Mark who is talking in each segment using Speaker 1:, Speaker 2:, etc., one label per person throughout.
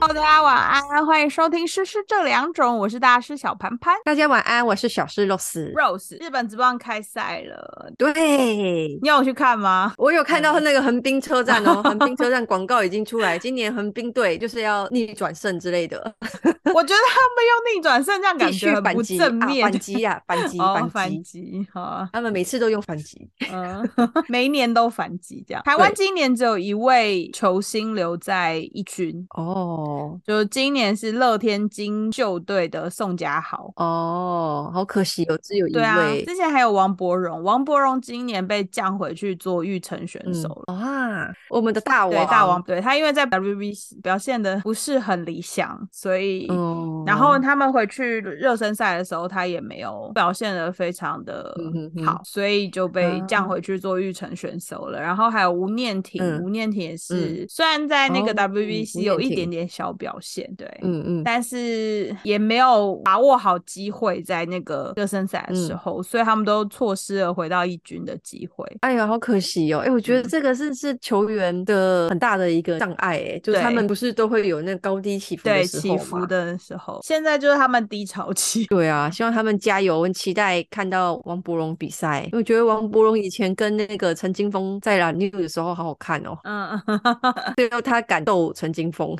Speaker 1: Hello，大家晚安，欢迎收听《诗诗这两种》，我是大师小潘潘。
Speaker 2: 大家晚安，我是小诗肉丝。
Speaker 1: Rose，日本职棒开赛了，
Speaker 2: 对，
Speaker 1: 你有去看吗？
Speaker 2: 我有看到那个横滨车站 哦，横滨车站广告已经出来，今年横滨队就是要逆转胜之类 的，
Speaker 1: 我觉得他们用逆转胜这样感
Speaker 2: 必
Speaker 1: 觉
Speaker 2: 须
Speaker 1: 很
Speaker 2: 反
Speaker 1: 不
Speaker 2: 击
Speaker 1: 正
Speaker 2: 啊，
Speaker 1: 面，
Speaker 2: 反击 啊，反击，
Speaker 1: 哦，
Speaker 2: 反
Speaker 1: 反
Speaker 2: 击。
Speaker 1: 击，好 啊，
Speaker 2: 他们每次都用反击，
Speaker 1: 嗯，每一年都反击这样。台湾
Speaker 2: 对
Speaker 1: 今年只有一位球星留在一军。
Speaker 2: 哦
Speaker 1: 就今年是乐天金鹫队的宋佳豪，
Speaker 2: 哦，好可惜哦，只有一
Speaker 1: 对啊，
Speaker 2: 位
Speaker 1: 之前还有王柏荣，王柏荣今年被降回去做育成选手了。
Speaker 2: 嗯、啊，我们的大王，
Speaker 1: 对大王，，对他因为在 WBC 表现的不是很理想，所以、
Speaker 2: 嗯，
Speaker 1: 然后他们回去热身赛的时候，他也没有表现的非常的
Speaker 2: 嗯哼哼
Speaker 1: 好，所以就被
Speaker 2: 啊
Speaker 1: 降回去做预成选手了。然后还有吴念婷，
Speaker 2: 嗯
Speaker 1: 吴念婷也是、虽然在那个
Speaker 2: 哦吴
Speaker 1: WBC
Speaker 2: 念
Speaker 1: 有一
Speaker 2: 婷
Speaker 1: 点点小表现，对，
Speaker 2: 嗯嗯，
Speaker 1: 但是也没有把握好机会在那个热身赛的时
Speaker 2: 嗯
Speaker 1: 候，所以他们都错失了回到一军的机会。
Speaker 2: 哎呀，好可惜哦！哎，我觉得
Speaker 1: 嗯
Speaker 2: 这个是是球员的很大的一个障碍，哎，就是他
Speaker 1: 对
Speaker 2: 们不是都会有那高低起伏的
Speaker 1: 对
Speaker 2: 时
Speaker 1: 起
Speaker 2: 候
Speaker 1: 伏
Speaker 2: 嘛。
Speaker 1: 的时候，现在就是他们低潮期。
Speaker 2: 对啊，希望他们加油，我很期待看到王柏荣比赛。因为我觉得王柏荣以前跟那个陈金峰在蓝 new 的时候好好看哦，
Speaker 1: 嗯，
Speaker 2: 最后他敢斗陈金峰，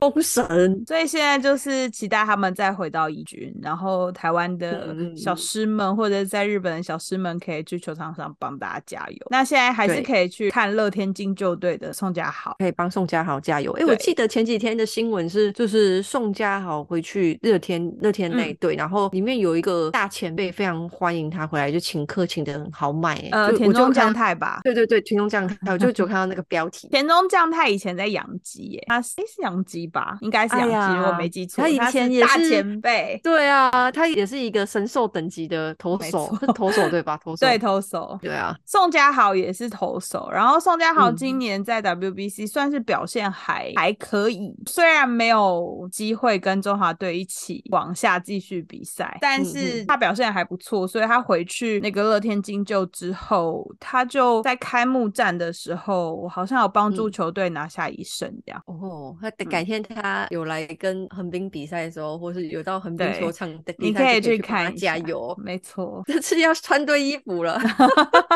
Speaker 2: 封神。
Speaker 1: 所以现在就是期待他们再回到一军，然后台湾的
Speaker 2: 嗯嗯
Speaker 1: 小师们或者在日本的小师们可以去球场上帮大家加油。那现在还是
Speaker 2: 对
Speaker 1: 可以去看乐天金鹫队的宋佳豪，
Speaker 2: 可以帮宋佳豪加油。哎、我
Speaker 1: 对
Speaker 2: 记得前几天的新闻是，就是宋佳豪回去乐天乐天那
Speaker 1: 嗯
Speaker 2: 队，然后里面有一个大前辈非常欢迎他回来，就请客请的很豪迈、欸。
Speaker 1: 呃，
Speaker 2: 就
Speaker 1: 田
Speaker 2: 我就
Speaker 1: 中
Speaker 2: 有看
Speaker 1: 将
Speaker 2: 到，
Speaker 1: 太吧。。
Speaker 2: 对对对，田中将太，我就只有看到那个标题
Speaker 1: 田中将太以前在养鸡耶，他是诶是养鸡吧？应该是养鸡，
Speaker 2: 哎呀
Speaker 1: 如果没记错，
Speaker 2: 他以
Speaker 1: 是
Speaker 2: 前也
Speaker 1: 大
Speaker 2: 是
Speaker 1: 前辈，
Speaker 2: 对啊，他也是一个神兽等级的投
Speaker 1: 没
Speaker 2: 手
Speaker 1: 错，
Speaker 2: 是投手对 吧？投手
Speaker 1: 对投手，
Speaker 2: 对啊，
Speaker 1: 宋佳豪也是投手，然后宋佳豪
Speaker 2: 嗯
Speaker 1: 今年在 WBC 算是表现还、还可以，虽然没有机会跟中华队一起往下继续比赛，但
Speaker 2: 嗯
Speaker 1: 是
Speaker 2: 嗯
Speaker 1: 他表现还不错，所以他回去那个乐天金鹫之后，他就在开幕战的时候，好像有帮助
Speaker 2: 嗯
Speaker 1: 球队拿下一胜这样。
Speaker 2: 哦，他改
Speaker 1: 嗯
Speaker 2: 改天他有来跟横滨比赛的时候，或是有到横滨
Speaker 1: 对
Speaker 2: 球场的比
Speaker 1: 你
Speaker 2: 赛，
Speaker 1: 以
Speaker 2: 就可以去帮他
Speaker 1: 看一
Speaker 2: 加
Speaker 1: 下
Speaker 2: 油。，
Speaker 1: 没错 啊
Speaker 2: 这次要穿对衣服 了。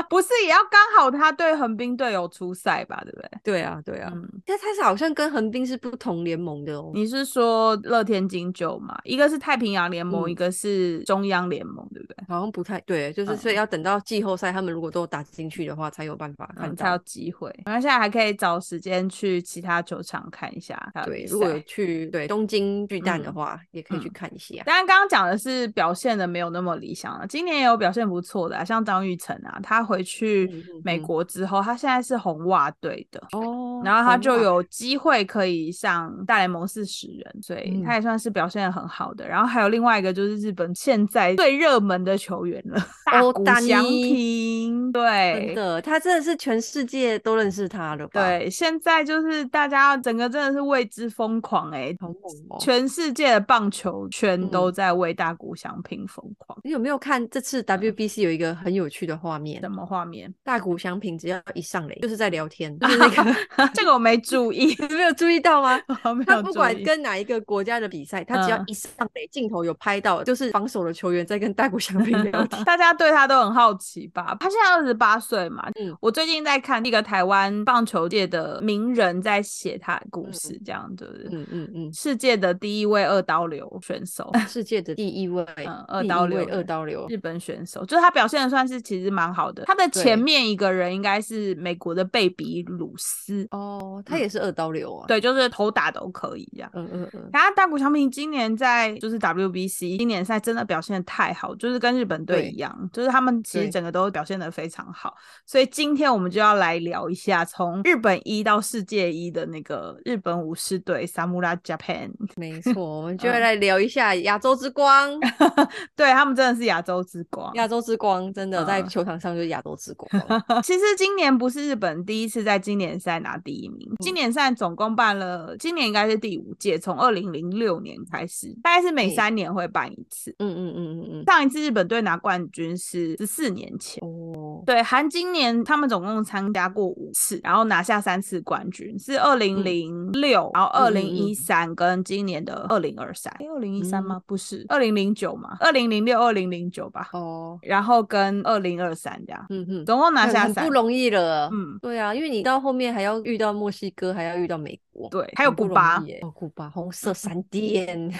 Speaker 1: 不是也要刚好他对横滨队有出赛吧，对不对？
Speaker 2: 对啊，对啊。
Speaker 1: 嗯，
Speaker 2: 但他是好像跟横滨是不同联盟的哦。
Speaker 1: 你是说乐天金鹫嘛？一个是太平洋联盟，
Speaker 2: 嗯
Speaker 1: 一个是中央联盟，对不对？
Speaker 2: 好像不太对，
Speaker 1: 嗯
Speaker 2: 就是所以要等到季后赛，他们如果都有打进去的话，才有办法看
Speaker 1: 嗯，
Speaker 2: 到
Speaker 1: 才。有机会。那现在还可以找时间去其他球场看一下他的
Speaker 2: 对，
Speaker 1: 比
Speaker 2: 如果有
Speaker 1: 赛。
Speaker 2: 去对东京巨蛋的
Speaker 1: 嗯
Speaker 2: 话，也可以去
Speaker 1: 嗯
Speaker 2: 看一下。
Speaker 1: 当然，刚刚讲的是表现的没有那么理想啊了。今年也有表现不错的啊、像张玉成啊，他回
Speaker 2: 嗯
Speaker 1: 去
Speaker 2: 嗯
Speaker 1: 美
Speaker 2: 嗯
Speaker 1: 国之后，他现在是红袜队的，
Speaker 2: 哦
Speaker 1: 然后他
Speaker 2: 红
Speaker 1: 就
Speaker 2: 袜
Speaker 1: 有机会可以上大联盟四十人，所以
Speaker 2: 嗯
Speaker 1: 他也算是表现的很好的。然后还有另外一个就是日本现在最热门的球员了，哦大
Speaker 2: 欧
Speaker 1: 谷
Speaker 2: 达
Speaker 1: 翔
Speaker 2: 尼
Speaker 1: 平，
Speaker 2: 哦真
Speaker 1: 对。
Speaker 2: 的，他真的是全世界都认识他了吧？，
Speaker 1: 对，现在就是大家整个真的是为之疯狂哎、
Speaker 2: 好猛哦！
Speaker 1: 全世界的棒球圈都
Speaker 2: 嗯
Speaker 1: 在为大谷翔平疯狂。
Speaker 2: 你有没有看这次 WBC 有一个很有趣的画面？
Speaker 1: 嗯什么画面？
Speaker 2: 大谷翔平只要一上垒，就是在聊天，就是那个
Speaker 1: 这个我没注意，
Speaker 2: 你没有注意到吗？
Speaker 1: 我没
Speaker 2: 他
Speaker 1: 有
Speaker 2: 不
Speaker 1: 注
Speaker 2: 管
Speaker 1: 意。
Speaker 2: 跟哪一个国家的比赛，他只要
Speaker 1: 嗯
Speaker 2: 一上垒，镜头有拍到，就是防守的球员在跟大谷翔平聊 天。
Speaker 1: 大家对他都很好奇吧？他现在二十八岁嘛，
Speaker 2: 嗯
Speaker 1: 我最近在看一个台湾棒球界的名人在写他的故事，这样就是、
Speaker 2: 嗯嗯嗯，
Speaker 1: 世界的第一位二刀流选手，
Speaker 2: 世界的第一位，
Speaker 1: 嗯，二
Speaker 2: 第
Speaker 1: 刀
Speaker 2: 一
Speaker 1: 流
Speaker 2: 位
Speaker 1: 人
Speaker 2: 二刀流，
Speaker 1: 日本选手，就是他表现的算是其实蛮好的。他的
Speaker 2: 对
Speaker 1: 前面一个人应该是美国的贝比鲁斯，
Speaker 2: 哦，他
Speaker 1: 嗯
Speaker 2: 也是二刀流啊。，
Speaker 1: 对，就是头打都可以这样。
Speaker 2: 嗯嗯嗯，
Speaker 1: 然后大谷翔平今年在就是 WBC 今年赛真的表现的太好，就是跟日本队
Speaker 2: 对
Speaker 1: 一样，就是他们其实
Speaker 2: 对
Speaker 1: 整个都表现的非常好。所以今天我们就要来聊一下从日本一到世界一的那个日本武士队 Samura Japan，
Speaker 2: 没错，我们
Speaker 1: 嗯
Speaker 2: 就会来聊一下亚洲之 光。
Speaker 1: 对他们真的是亚洲之光。
Speaker 2: 亚洲之光真的在
Speaker 1: 嗯
Speaker 2: 球场上就是亚洲之 光，
Speaker 1: 其实今年不是日本第一次在经典赛拿第一名，
Speaker 2: 嗯
Speaker 1: 今年赛总共办了，今年应该是第五届，从二零零六年开始，大概是每
Speaker 2: 嗯
Speaker 1: 三年会办一次。
Speaker 2: 嗯嗯嗯嗯嗯，
Speaker 1: 上一次日本队拿冠军是十四年前。
Speaker 2: 哦，
Speaker 1: 对，韩今年他们总共参加过五次，然后拿下三次冠军，是二零零六，然后二
Speaker 2: 嗯
Speaker 1: 零
Speaker 2: 嗯
Speaker 1: 一三跟今年的二零二三，二零一三吗？不是，二零零九嘛，二零零六、二零零九吧，
Speaker 2: 哦，
Speaker 1: 然后跟二零二三这样，
Speaker 2: 嗯嗯，
Speaker 1: 总共拿
Speaker 2: 很
Speaker 1: 下
Speaker 2: 很
Speaker 1: 三
Speaker 2: 不。容易了。
Speaker 1: 嗯，
Speaker 2: 对啊，因为你到后面还要遇到墨西哥，还要遇到美国，
Speaker 1: 对，还有
Speaker 2: 很不
Speaker 1: 古
Speaker 2: 容
Speaker 1: 巴
Speaker 2: 易，耶哦，古巴红 色闪电，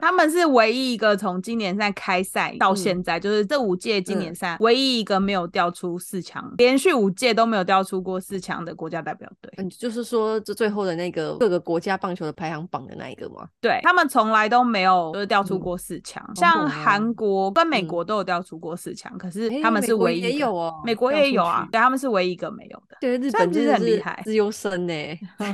Speaker 1: 他们是唯一一个从今年赛开赛到
Speaker 2: 嗯
Speaker 1: 现在，就是这五届今年
Speaker 2: 嗯
Speaker 1: 赛唯一一个没有掉出四强，连续五届都没有掉出过四强的国家代表队。
Speaker 2: 嗯，就是说这最后的那个各个国家棒球的排行榜的那一个嘛，
Speaker 1: 对他们从来都没有就是掉出
Speaker 2: 嗯
Speaker 1: 过四强，
Speaker 2: 猛
Speaker 1: 像
Speaker 2: 啊
Speaker 1: 韩国跟美
Speaker 2: 嗯
Speaker 1: 国都有掉出过四强，可是
Speaker 2: 诶
Speaker 1: 他们
Speaker 2: 美
Speaker 1: 是
Speaker 2: 国
Speaker 1: 唯一
Speaker 2: 也
Speaker 1: 一个
Speaker 2: 有哦，
Speaker 1: 美国
Speaker 2: 掉
Speaker 1: 也
Speaker 2: 出
Speaker 1: 有啊
Speaker 2: 去，
Speaker 1: 对，他们是唯一一个没有的。
Speaker 2: 对，日
Speaker 1: 他们
Speaker 2: 本
Speaker 1: 其
Speaker 2: 真
Speaker 1: 实
Speaker 2: 的
Speaker 1: 很厉
Speaker 2: 是
Speaker 1: 害
Speaker 2: 资优生呢，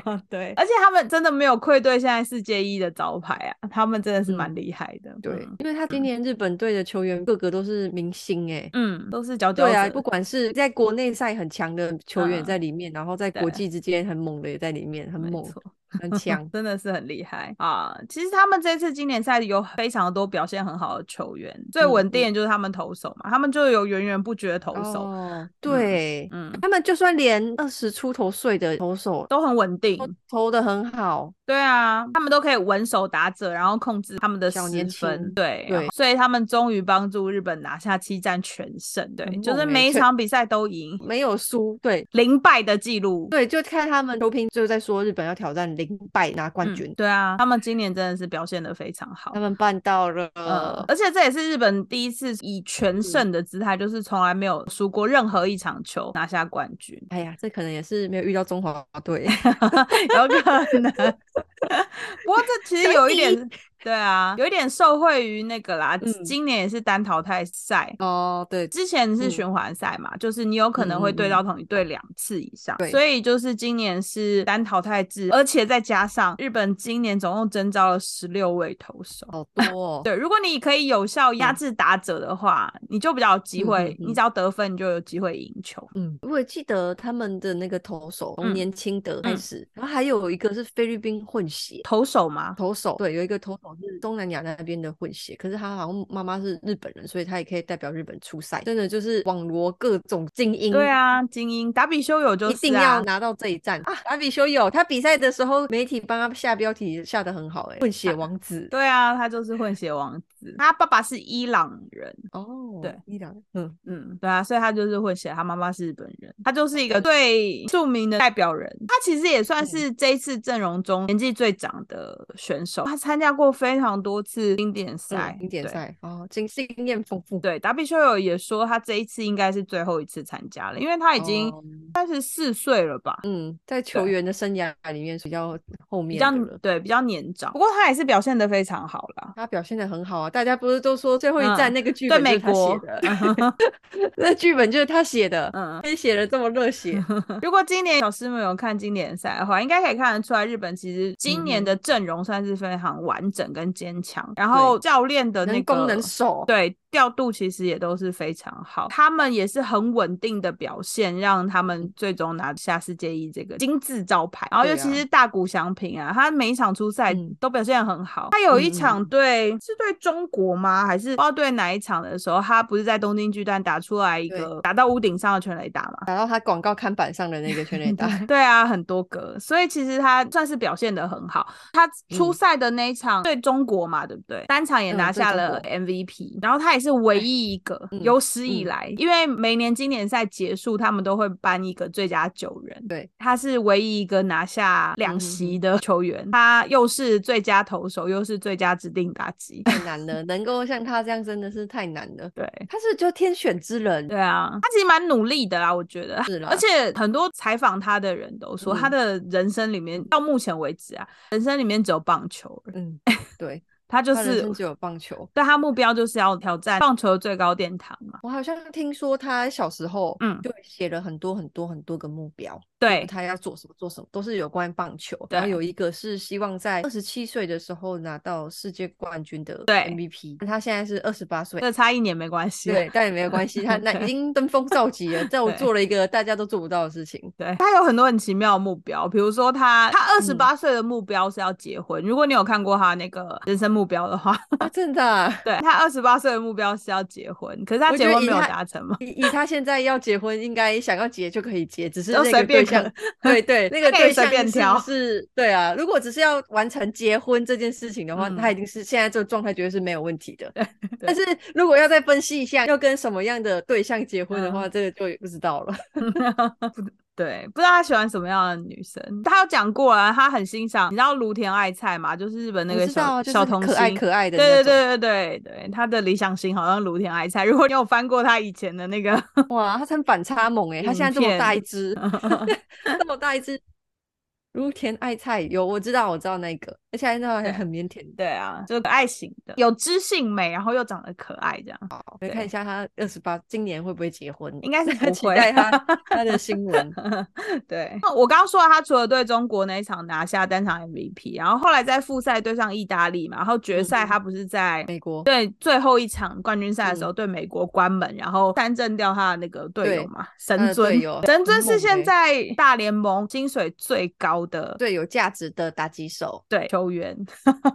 Speaker 2: 哦
Speaker 1: 对，而且他们真的没有愧对现在世界一的招牌啊，他们真的是蛮
Speaker 2: 嗯
Speaker 1: 厉害的。
Speaker 2: 对
Speaker 1: 嗯，
Speaker 2: 因为他今年日本队的球员个个都是明星哎。
Speaker 1: 嗯，都是佼佼
Speaker 2: 对啊，
Speaker 1: 者。
Speaker 2: 不管是在国内赛很强的球员也
Speaker 1: 嗯
Speaker 2: 在里面，然后在
Speaker 1: 对啊
Speaker 2: 国际之间很猛的也在里面，很
Speaker 1: 没
Speaker 2: 猛
Speaker 1: 错，
Speaker 2: 很 强。
Speaker 1: 真的是很厉害啊！其实他们这次经典赛有非常多表现很好的球员，最
Speaker 2: 嗯
Speaker 1: 稳定的就是他们投手嘛，他们就有源源不绝的投手，
Speaker 2: 哦，对，
Speaker 1: 嗯，
Speaker 2: 他们就算连二十出头岁的投手
Speaker 1: 都很稳定
Speaker 2: 都。投的很好，
Speaker 1: 对啊，他们都可以稳守打者，然后控制他们的
Speaker 2: 小
Speaker 1: 失
Speaker 2: 年
Speaker 1: 分
Speaker 2: 轻。
Speaker 1: 对
Speaker 2: 对
Speaker 1: 所以他们终于帮助日本拿下七战全胜。对，
Speaker 2: 很
Speaker 1: 就是
Speaker 2: 猛欸
Speaker 1: 每一
Speaker 2: 确
Speaker 1: 场比赛都赢，
Speaker 2: 没有输。对
Speaker 1: 零败的记录。
Speaker 2: 对，就看他们球评就在说日本要挑战零败拿冠
Speaker 1: 嗯
Speaker 2: 军，
Speaker 1: 对啊，他们今年真的是表现的非常好
Speaker 2: 他。们办到了。
Speaker 1: 呃，而且这也是日本第一次以
Speaker 2: 嗯
Speaker 1: 全胜的姿态，就是从来没有输过任何一场球拿下冠军，
Speaker 2: 哎呀，这可能也是没有遇到中华队，
Speaker 1: 有可能。 不过这其实有一
Speaker 2: 小弟
Speaker 1: 点，对啊，有一点受惠于那个啦。
Speaker 2: 嗯
Speaker 1: 今年也是单淘汰赛，
Speaker 2: 哦，对，
Speaker 1: 之前是
Speaker 2: 嗯
Speaker 1: 循环赛嘛，就是你有可能会
Speaker 2: 嗯
Speaker 1: 对
Speaker 2: 嗯嗯
Speaker 1: 到同一队两次以上，
Speaker 2: 对
Speaker 1: 所以就是今年是单淘汰制，而且再加上日本今年总共征召了十六位投手。
Speaker 2: 好多、哦。
Speaker 1: 对，如果你可以有效压制打者的话，你就比较有机会，
Speaker 2: 嗯嗯嗯嗯
Speaker 1: 你只要得分，你就有机会赢球。
Speaker 2: 嗯，我也记得他们的那个投手从
Speaker 1: 嗯
Speaker 2: 年轻的开
Speaker 1: 嗯
Speaker 2: 始，然后还有一个是菲律宾混血
Speaker 1: 投手嘛，
Speaker 2: 投手，对，有一个投手是东南亚那边的混血，可是他好像妈妈是日本人，所以他也可以代表日本出赛，真的就是网罗各种精英。
Speaker 1: 对。啊，精英打比修有就
Speaker 2: 一
Speaker 1: 是、啊、
Speaker 2: 定要拿到这一站啊！达比修有他比赛的时候，媒体帮他下标题下的很好、欸，混血王子
Speaker 1: 对啊，他就是混血王子，他爸爸是伊朗人，
Speaker 2: 哦，
Speaker 1: 对，
Speaker 2: 伊朗，嗯，
Speaker 1: 嗯，对啊，所以他就是混血，他妈妈是日本人，他就是一个最著名的代表人。他其实也算
Speaker 2: 嗯
Speaker 1: 是这一次阵容中年纪最长的选手，他参加过非常多次经典赛，
Speaker 2: 嗯经典
Speaker 1: 对。
Speaker 2: 赛哦，经经验丰富，
Speaker 1: 对，达比修友也说他这一次应该是最后一次参加了，因为他已经
Speaker 2: 哦
Speaker 1: 三十四岁了吧，
Speaker 2: 嗯，在球员的生涯里面比较后
Speaker 1: 比
Speaker 2: 面
Speaker 1: 较
Speaker 2: 的了
Speaker 1: 对比较年长，不过他也是表现的非常好 啦。
Speaker 2: 他表现的很好啊，大家不是都说最后一站
Speaker 1: 嗯
Speaker 2: 那个剧
Speaker 1: 对
Speaker 2: 本就
Speaker 1: 美
Speaker 2: 是他写
Speaker 1: 国，
Speaker 2: 的， 那剧本就是他写的，
Speaker 1: 嗯，
Speaker 2: 被写的这么热血，
Speaker 1: 如果今年小师们有看经典赛的话，应该可以看得出来，日本其实今年
Speaker 2: 嗯哼
Speaker 1: 的阵容算是非常完整跟坚强，然后教练的 那
Speaker 2: 能
Speaker 1: 个
Speaker 2: 攻能守，
Speaker 1: 对调度其实也都是非常好，他们也是很稳定的表现，让他们最终拿下世界一这个金字招牌。然后
Speaker 2: 对
Speaker 1: 尤
Speaker 2: 啊
Speaker 1: 其是大谷翔平啊，他每一场出赛
Speaker 2: 嗯
Speaker 1: 都表现得很好。他有一场对、是对中国吗？还是不知道对哪一场的时候，他不是在东京巨蛋打出来一个打到屋顶上的全垒打吗？
Speaker 2: 打到他广告看板上的那个全垒打，
Speaker 1: 对啊，很多个，所以其实他算是表现的很好。他初
Speaker 2: 嗯
Speaker 1: 赛的那一场对中国嘛，对不对？单场也
Speaker 2: 嗯
Speaker 1: 拿
Speaker 2: 对
Speaker 1: 下
Speaker 2: 中
Speaker 1: 了
Speaker 2: 国
Speaker 1: MVP，、然后他也是唯一一个
Speaker 2: 嗯
Speaker 1: 有史以
Speaker 2: 嗯
Speaker 1: 来，因为每年经典赛结束，他们都会颁一个最佳九人，
Speaker 2: 对，
Speaker 1: 他是唯一一个拿下两
Speaker 2: 嗯，
Speaker 1: 席的球员，他又是最佳投手，又是最佳指定打击
Speaker 2: 太难了，能够像他这样真的是太难了，
Speaker 1: 对。
Speaker 2: 他是就天选之人，
Speaker 1: 对啊，他其实蛮努力的啦，我觉得。
Speaker 2: 是啦
Speaker 1: 而且很多采访他的人都说，他
Speaker 2: 嗯
Speaker 1: 的人生里面、到目前为止啊，人生里面只有棒球而已，
Speaker 2: 嗯，对，
Speaker 1: 他就
Speaker 2: 他人
Speaker 1: 是
Speaker 2: 生只有棒球。
Speaker 1: 对他目标就是要挑战棒球的最高殿堂嘛。
Speaker 2: 我好像听说他小时候，
Speaker 1: 嗯
Speaker 2: 就写了很多很多很多个目标，
Speaker 1: 对，
Speaker 2: 他要做什么做什么，都是有关棒球。然后
Speaker 1: 对
Speaker 2: 有一个是希望在二十七岁的时候拿到世界冠军的
Speaker 1: 对
Speaker 2: MVP，但他现在是二十八岁。
Speaker 1: 这差一年没关系。
Speaker 2: 对，但也没有关系，他那已经登峰造极 了，在我
Speaker 1: 对
Speaker 2: 做了一个大家都做不到的事情。
Speaker 1: 对，他有很多很奇妙的目标，比如说他他
Speaker 2: 嗯
Speaker 1: 二十八岁的目标是要结婚。如果你有看过他那个人生目标的话，
Speaker 2: 啊、真的啊、
Speaker 1: 对他二十八岁的目标是要结婚，可是他
Speaker 2: 我
Speaker 1: 结
Speaker 2: 觉得
Speaker 1: 婚
Speaker 2: 以
Speaker 1: 没有
Speaker 2: 他
Speaker 1: 达成嘛？
Speaker 2: 以以他现在要结婚，应该想要结就可以结，只是
Speaker 1: 都
Speaker 2: 那
Speaker 1: 随
Speaker 2: 个对
Speaker 1: 便可
Speaker 2: 象， 对对，那个
Speaker 1: 可以
Speaker 2: 对
Speaker 1: 随
Speaker 2: 象
Speaker 1: 便
Speaker 2: 是
Speaker 1: 挑
Speaker 2: 不是？对啊，如果只是要完成结婚这件事情的话，
Speaker 1: 嗯
Speaker 2: 他已经是现在这个状态，绝对是没有问题的。但是如果要再分析一下，要跟什么样的对象结婚的话，
Speaker 1: 嗯
Speaker 2: 这个就不知道了。
Speaker 1: 对，不知道他喜欢什么样的女生。他有讲过啊，他很欣赏，你知道芦田爱菜嘛？就是日本 那
Speaker 2: 我
Speaker 1: 个
Speaker 2: 知道
Speaker 1: 小、
Speaker 2: 啊，就是
Speaker 1: 小童
Speaker 2: 可爱
Speaker 1: 星
Speaker 2: 可爱的，
Speaker 1: 对对，对对对对，他的理想型好像芦田爱菜。如果你有翻过他以前的那个，
Speaker 2: 哇，他很反差萌哎，他现在这
Speaker 1: 影
Speaker 2: 么
Speaker 1: 片
Speaker 2: 大一只， 这么大一只，如田爱菜有我知道我知道那个，而且还那
Speaker 1: 对
Speaker 2: 还很腼腆。
Speaker 1: 对啊，就可爱型的，有知性美，然后又长得可爱，这样
Speaker 2: 我来看一下他二十八今年会不会结婚，
Speaker 1: 应 该是不
Speaker 2: 期
Speaker 1: 会。
Speaker 2: 待他他的新闻。
Speaker 1: 对，那我刚刚说了，他除了对中国那一场拿下单场 MVP，然后后来在复赛对上意大利嘛，然后决赛
Speaker 2: 嗯
Speaker 1: 他不是在
Speaker 2: 美国
Speaker 1: 对最后一场冠军赛的时候对美国关门，然后三振掉他的那个队友
Speaker 2: 嗯对
Speaker 1: 嘛，
Speaker 2: 他
Speaker 1: 神
Speaker 2: 的
Speaker 1: 尊
Speaker 2: 队友。
Speaker 1: 神尊
Speaker 2: 很
Speaker 1: 是
Speaker 2: 猛
Speaker 1: 现
Speaker 2: 欸
Speaker 1: 在大联盟薪水最高的
Speaker 2: 最有价值的打击手
Speaker 1: 对球员，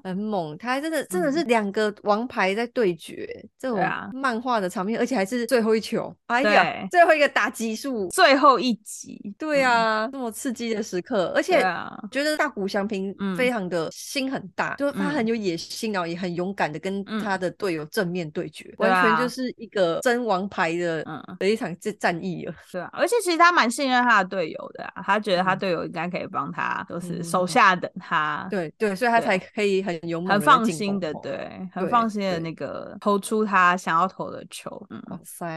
Speaker 2: 很猛，他真的真的是两个王牌在对决，这种
Speaker 1: 嗯对啊
Speaker 2: 漫画的场面，而且还是最后一球，哎呀
Speaker 1: 对，
Speaker 2: 最后一个打击数，
Speaker 1: 最后一集。
Speaker 2: 对
Speaker 1: 嗯，
Speaker 2: 啊，这么刺激的时刻，而
Speaker 1: 对
Speaker 2: 且
Speaker 1: 啊，
Speaker 2: 觉得大谷翔平
Speaker 1: 嗯
Speaker 2: 非常的心很大，就是他很有野心，然后也很勇敢的跟
Speaker 1: 嗯
Speaker 2: 他的队友正面对决，
Speaker 1: 对
Speaker 2: 完全
Speaker 1: 啊
Speaker 2: 就是一个真王牌的、
Speaker 1: 嗯
Speaker 2: 的一场这战役了。
Speaker 1: 对啊，而且其实他蛮信任他的队友的啊，他觉得他
Speaker 2: 嗯
Speaker 1: 队友应该可以帮他，就是
Speaker 2: 嗯
Speaker 1: 手下等他，
Speaker 2: 对对，所以他
Speaker 1: 对
Speaker 2: 才可以很勇猛，
Speaker 1: 很放心的，。对，很
Speaker 2: 对
Speaker 1: 放心的
Speaker 2: 对
Speaker 1: 那个投出他想要投的球。嗯，
Speaker 2: 哇塞，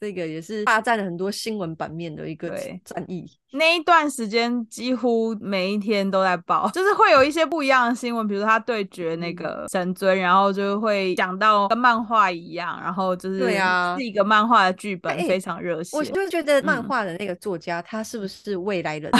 Speaker 2: 这个也是霸占了很多新闻版面的一个
Speaker 1: 对
Speaker 2: 战役。
Speaker 1: 那一段时间几乎每一天都在报， 就是会有一些不一样的新闻，比如说他对决那
Speaker 2: 嗯
Speaker 1: 个神尊，然后就会讲到跟漫画一样，然后就是
Speaker 2: 对啊
Speaker 1: 是一个漫画的剧本，
Speaker 2: 哎
Speaker 1: 非常热血
Speaker 2: 我，就觉得漫
Speaker 1: 嗯
Speaker 2: 画的那个作家，他是不是未来人？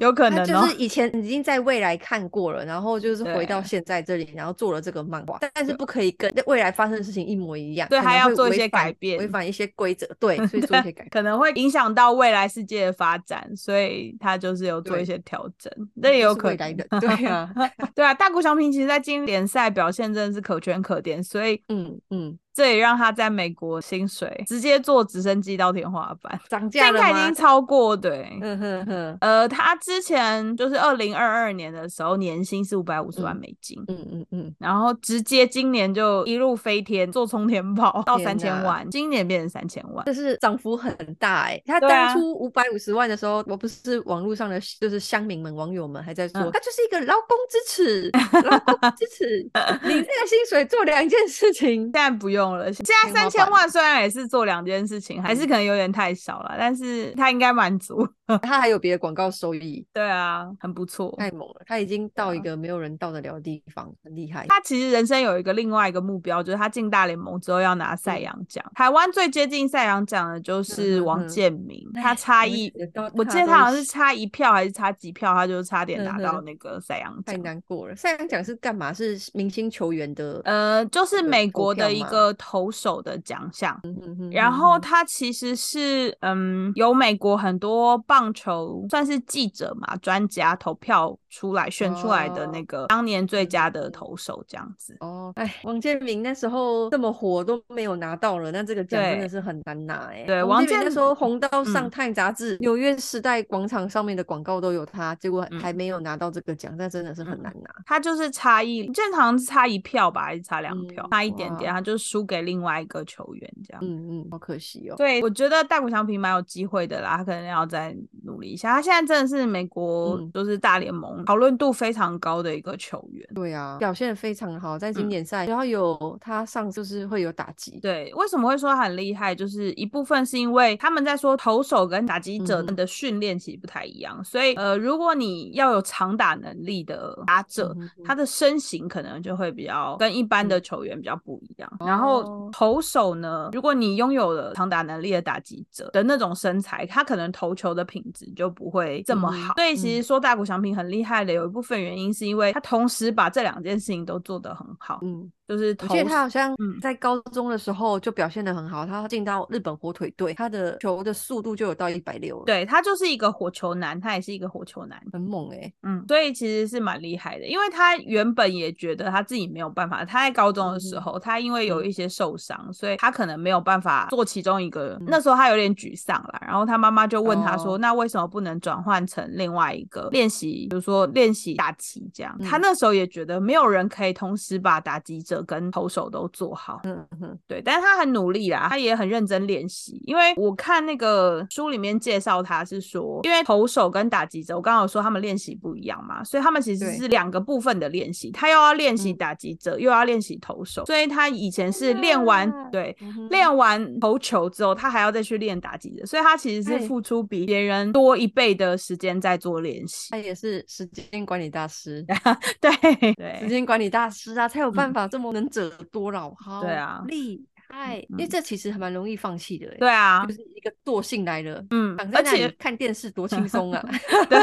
Speaker 1: 有 可
Speaker 2: 他
Speaker 1: 能
Speaker 2: 就
Speaker 1: 哦、
Speaker 2: 是以前已经在未来看过了，然后就是回到
Speaker 1: 对
Speaker 2: 现在这里，然后做了这个漫画，但但是
Speaker 1: 对
Speaker 2: 不可以跟未来发生的事情一模一样，
Speaker 1: 对
Speaker 2: 可
Speaker 1: 还
Speaker 2: 能
Speaker 1: 要
Speaker 2: 会
Speaker 1: 做一
Speaker 2: 违
Speaker 1: 些
Speaker 2: 反
Speaker 1: 改变
Speaker 2: 违反一些规则，对， 所以做一些改变。
Speaker 1: 可能会影响到未来世界的发展，所以他就是有做一
Speaker 2: 对
Speaker 1: 些调整，那也有
Speaker 2: 就是
Speaker 1: 可
Speaker 2: 未来
Speaker 1: 能。
Speaker 2: 人对啊，
Speaker 1: 对啊，大谷翔平其实在今年联赛表现真的是可圈可点，所以
Speaker 2: 嗯嗯，
Speaker 1: 这也让他在美国薪水直接坐直升机到天花板，
Speaker 2: 涨
Speaker 1: 这
Speaker 2: 价
Speaker 1: 应
Speaker 2: 了
Speaker 1: 该已
Speaker 2: 吗
Speaker 1: 经？超过对。
Speaker 2: 嗯哼哼，
Speaker 1: 呃，他之前就是二零二二年的时候，年薪是五百五十万
Speaker 2: 嗯
Speaker 1: 美金，
Speaker 2: 嗯嗯嗯，
Speaker 1: 然后直接今年就一路飞天，做冲天炮到
Speaker 2: 天
Speaker 1: 三千
Speaker 2: 哪
Speaker 1: 万，今年变成三千万。
Speaker 2: 但是涨幅很大哎、他
Speaker 1: 对啊
Speaker 2: 当初五百五十万的时候，我不是网络上的就是乡民们、网友们还在说，
Speaker 1: 嗯
Speaker 2: 他就是一个劳工之耻，劳工之耻，你这个薪水做两件事情
Speaker 1: 现，在不用了，现在
Speaker 2: 天花
Speaker 1: 三千
Speaker 2: 板嗯
Speaker 1: 万虽然也是做两件事情，还是可能有点太少了，但是他应该满足。
Speaker 2: 他还有别的广告收益。
Speaker 1: 对啊，很不错。
Speaker 2: 太猛了，他已经到一
Speaker 1: 啊
Speaker 2: 个没有人到得了的地方，很厉害。
Speaker 1: 他其实人生有一个另外一个目标，就是他进大联盟之后要拿赛扬奖。台湾最接近赛扬奖的就是
Speaker 2: 嗯嗯嗯
Speaker 1: 王
Speaker 2: 嗯
Speaker 1: 建民，他
Speaker 2: 哎
Speaker 1: 差
Speaker 2: 我
Speaker 1: 一
Speaker 2: 觉得，
Speaker 1: 我
Speaker 2: 他
Speaker 1: 记得
Speaker 2: 都
Speaker 1: 他好像是
Speaker 2: 是
Speaker 1: 差一票还是差几票，他就差点
Speaker 2: 嗯
Speaker 1: 拿到
Speaker 2: 哼
Speaker 1: 那个赛扬
Speaker 2: 太
Speaker 1: 奖。
Speaker 2: 难过了。赛扬奖是干嘛？是明星球员的，
Speaker 1: 呃，就是
Speaker 2: 的
Speaker 1: 美
Speaker 2: 投
Speaker 1: 国的
Speaker 2: 票
Speaker 1: 一
Speaker 2: 吗
Speaker 1: 个投手的奖项，
Speaker 2: 嗯哼哼
Speaker 1: 然
Speaker 2: 哼
Speaker 1: 后
Speaker 2: 哼
Speaker 1: 他其实是，嗯，由美国很多棒球算是记者嘛、专家投票出来选出来的那
Speaker 2: 哦
Speaker 1: 个当年最
Speaker 2: 嗯
Speaker 1: 佳的
Speaker 2: 嗯
Speaker 1: 投手这样子。
Speaker 2: 哦，哎，王建民那时候这么火都没有拿到了，那这个奖真
Speaker 1: 对
Speaker 2: 的是很难拿哎、
Speaker 1: 对王
Speaker 2: 王建民
Speaker 1: 建
Speaker 2: 那时候红到上
Speaker 1: 嗯
Speaker 2: 《泰》杂志、纽约时代广场上面的广告都有他，结果还
Speaker 1: 嗯
Speaker 2: 没有拿到这个奖，那真的是很
Speaker 1: 嗯
Speaker 2: 难拿。
Speaker 1: 他就是差一，正常是差一票吧，还是差两票，
Speaker 2: 嗯
Speaker 1: 差一点点，
Speaker 2: 哇
Speaker 1: 他就输给另外一个球员这样。
Speaker 2: 嗯嗯，好可惜哦。
Speaker 1: 对，我觉得大谷翔平蛮有机会的啦，他可能要再努力一下。他现在真的是美国
Speaker 2: 嗯
Speaker 1: 就是大联盟讨论度非常高的一个球员。
Speaker 2: 对啊，表现得非常好，在经典赛，然后有他上就是会有打击，
Speaker 1: 嗯对，为什么会说他很厉害？就是一部分是因为他们在说投手跟打击者
Speaker 2: 嗯哼
Speaker 1: 的训练其实不太一样，所以呃，如果你要有长打能力的打者，
Speaker 2: 嗯哼
Speaker 1: 他的身形可能就会比较跟一般的球员比较不一样。然后
Speaker 2: 嗯哦
Speaker 1: 投手呢，如果你拥有了长打能力的打击者的那种身材，他可能投球的品质就不会这么
Speaker 2: 嗯
Speaker 1: 好。所以其
Speaker 2: 嗯
Speaker 1: 实说大谷翔平很厉害的，有一部分原因是因为他同时把这两件事情都做得很好，
Speaker 2: 嗯，
Speaker 1: 就是
Speaker 2: 我
Speaker 1: 投
Speaker 2: 记得他好像
Speaker 1: 嗯
Speaker 2: 在高中的时候就表现得很好，他进到日本火腿队，他的球的速度就有到一百六了，，
Speaker 1: 对他就是一个火球男，他也是一个火球男，
Speaker 2: 很猛哎、
Speaker 1: 嗯，所以其实是蛮厉害的，因为他原本也觉得他自己没有办法，他在高中的时
Speaker 2: 嗯
Speaker 1: 候，他因为有
Speaker 2: 嗯
Speaker 1: 一些受伤，所以他可能没有办法做其中一个，
Speaker 2: 嗯
Speaker 1: 那时候他有点沮丧啦，然后他妈妈就问他说，
Speaker 2: 哦
Speaker 1: 那为什么不能转换成另外一个练习，比如说练习打击这样？
Speaker 2: 嗯
Speaker 1: 他那时候也觉得没有人可以同时把打击者跟投手都做好，
Speaker 2: 嗯哼，
Speaker 1: 对，但是他很努力啦，他也很认真练习。因为我看那个书里面介绍，他是说，因为投手跟打击者，我刚刚有说他们练习不一样嘛，所以他们其实
Speaker 2: 对
Speaker 1: 是两个部分的练习，他又要练习
Speaker 2: 嗯
Speaker 1: 打击者，又要练习投手，所以他以前是练完
Speaker 2: 啊
Speaker 1: 对。
Speaker 2: 嗯哼
Speaker 1: 练完投球之后，他还要再去练打击者，所以他其实是
Speaker 2: 哎
Speaker 1: 付出比别人多一倍的时间在做练习
Speaker 2: 他。也是时间管理大师，
Speaker 1: 对
Speaker 2: 时
Speaker 1: 对，
Speaker 2: 间管理大师啊，才有办
Speaker 1: 哎嗯
Speaker 2: 法这么能者多劳，好
Speaker 1: 啊
Speaker 2: 厉害，因为
Speaker 1: 嗯
Speaker 2: 这其实还蛮容易放弃的、欸，
Speaker 1: 对啊
Speaker 2: 就，是一个惰性来了。
Speaker 1: 嗯
Speaker 2: 躺，在
Speaker 1: 而
Speaker 2: 那里
Speaker 1: 且
Speaker 2: 看电视多轻松啊！
Speaker 1: 对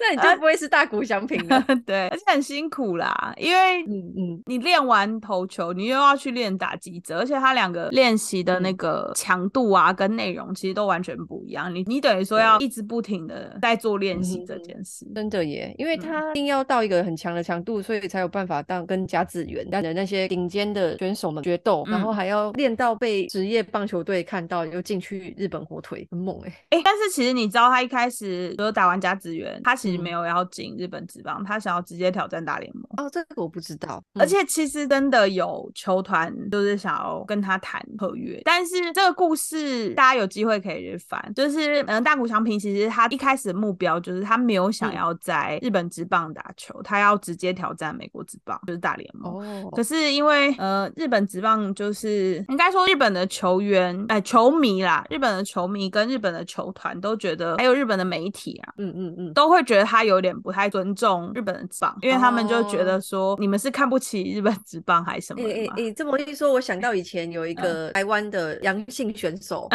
Speaker 2: 那你就不会是大谷翔平 了。
Speaker 1: 对，而且很辛苦啦，因为
Speaker 2: 嗯嗯，
Speaker 1: 你练完投球，你又要去练打击者，而且他两个练习的那
Speaker 2: 嗯
Speaker 1: 个强度啊，跟内容其实都完全不一样。你你等于说要一直不停的在做练习
Speaker 2: 嗯
Speaker 1: 这件事。
Speaker 2: 真的耶，因为
Speaker 1: 嗯
Speaker 2: 他一定要到一个很强的强度，所以才有办法当跟甲子园的那些顶尖的选手们决斗，然后
Speaker 1: 嗯
Speaker 2: 还要练到被职业棒球队看到，又进去日本火腿，很猛哎。
Speaker 1: 哎、但是其实你知道，他一开始就是打完甲子园，他其实没
Speaker 2: 嗯
Speaker 1: 有要进日本职棒，他想要直接挑战大联盟。
Speaker 2: 哦，这个我不知道，
Speaker 1: 而
Speaker 2: 嗯
Speaker 1: 且其实真的有球团就是想要跟他谈合约，但是这个故事大家有机会可以去翻。就是嗯、呃大谷翔平其实他一开始的目标就是他没有想
Speaker 2: 嗯
Speaker 1: 要在日本职棒打球，他要直接挑战美国职棒，就是大联盟。
Speaker 2: 哦，
Speaker 1: 可是因为呃，日本职棒就是应该说日本的球员哎、球迷啦，日本的球迷跟日本的球团都觉得，还有日本的媒体啊，
Speaker 2: 嗯嗯嗯，
Speaker 1: 都会觉得他有点不太尊重日本的职棒，因为他们就觉得说你们是看不起日本职棒还是什么
Speaker 2: 诶哦诶
Speaker 1: 的嗯吗？
Speaker 2: 诶，这么一说，我想到以前有一个台湾的阳性选 手，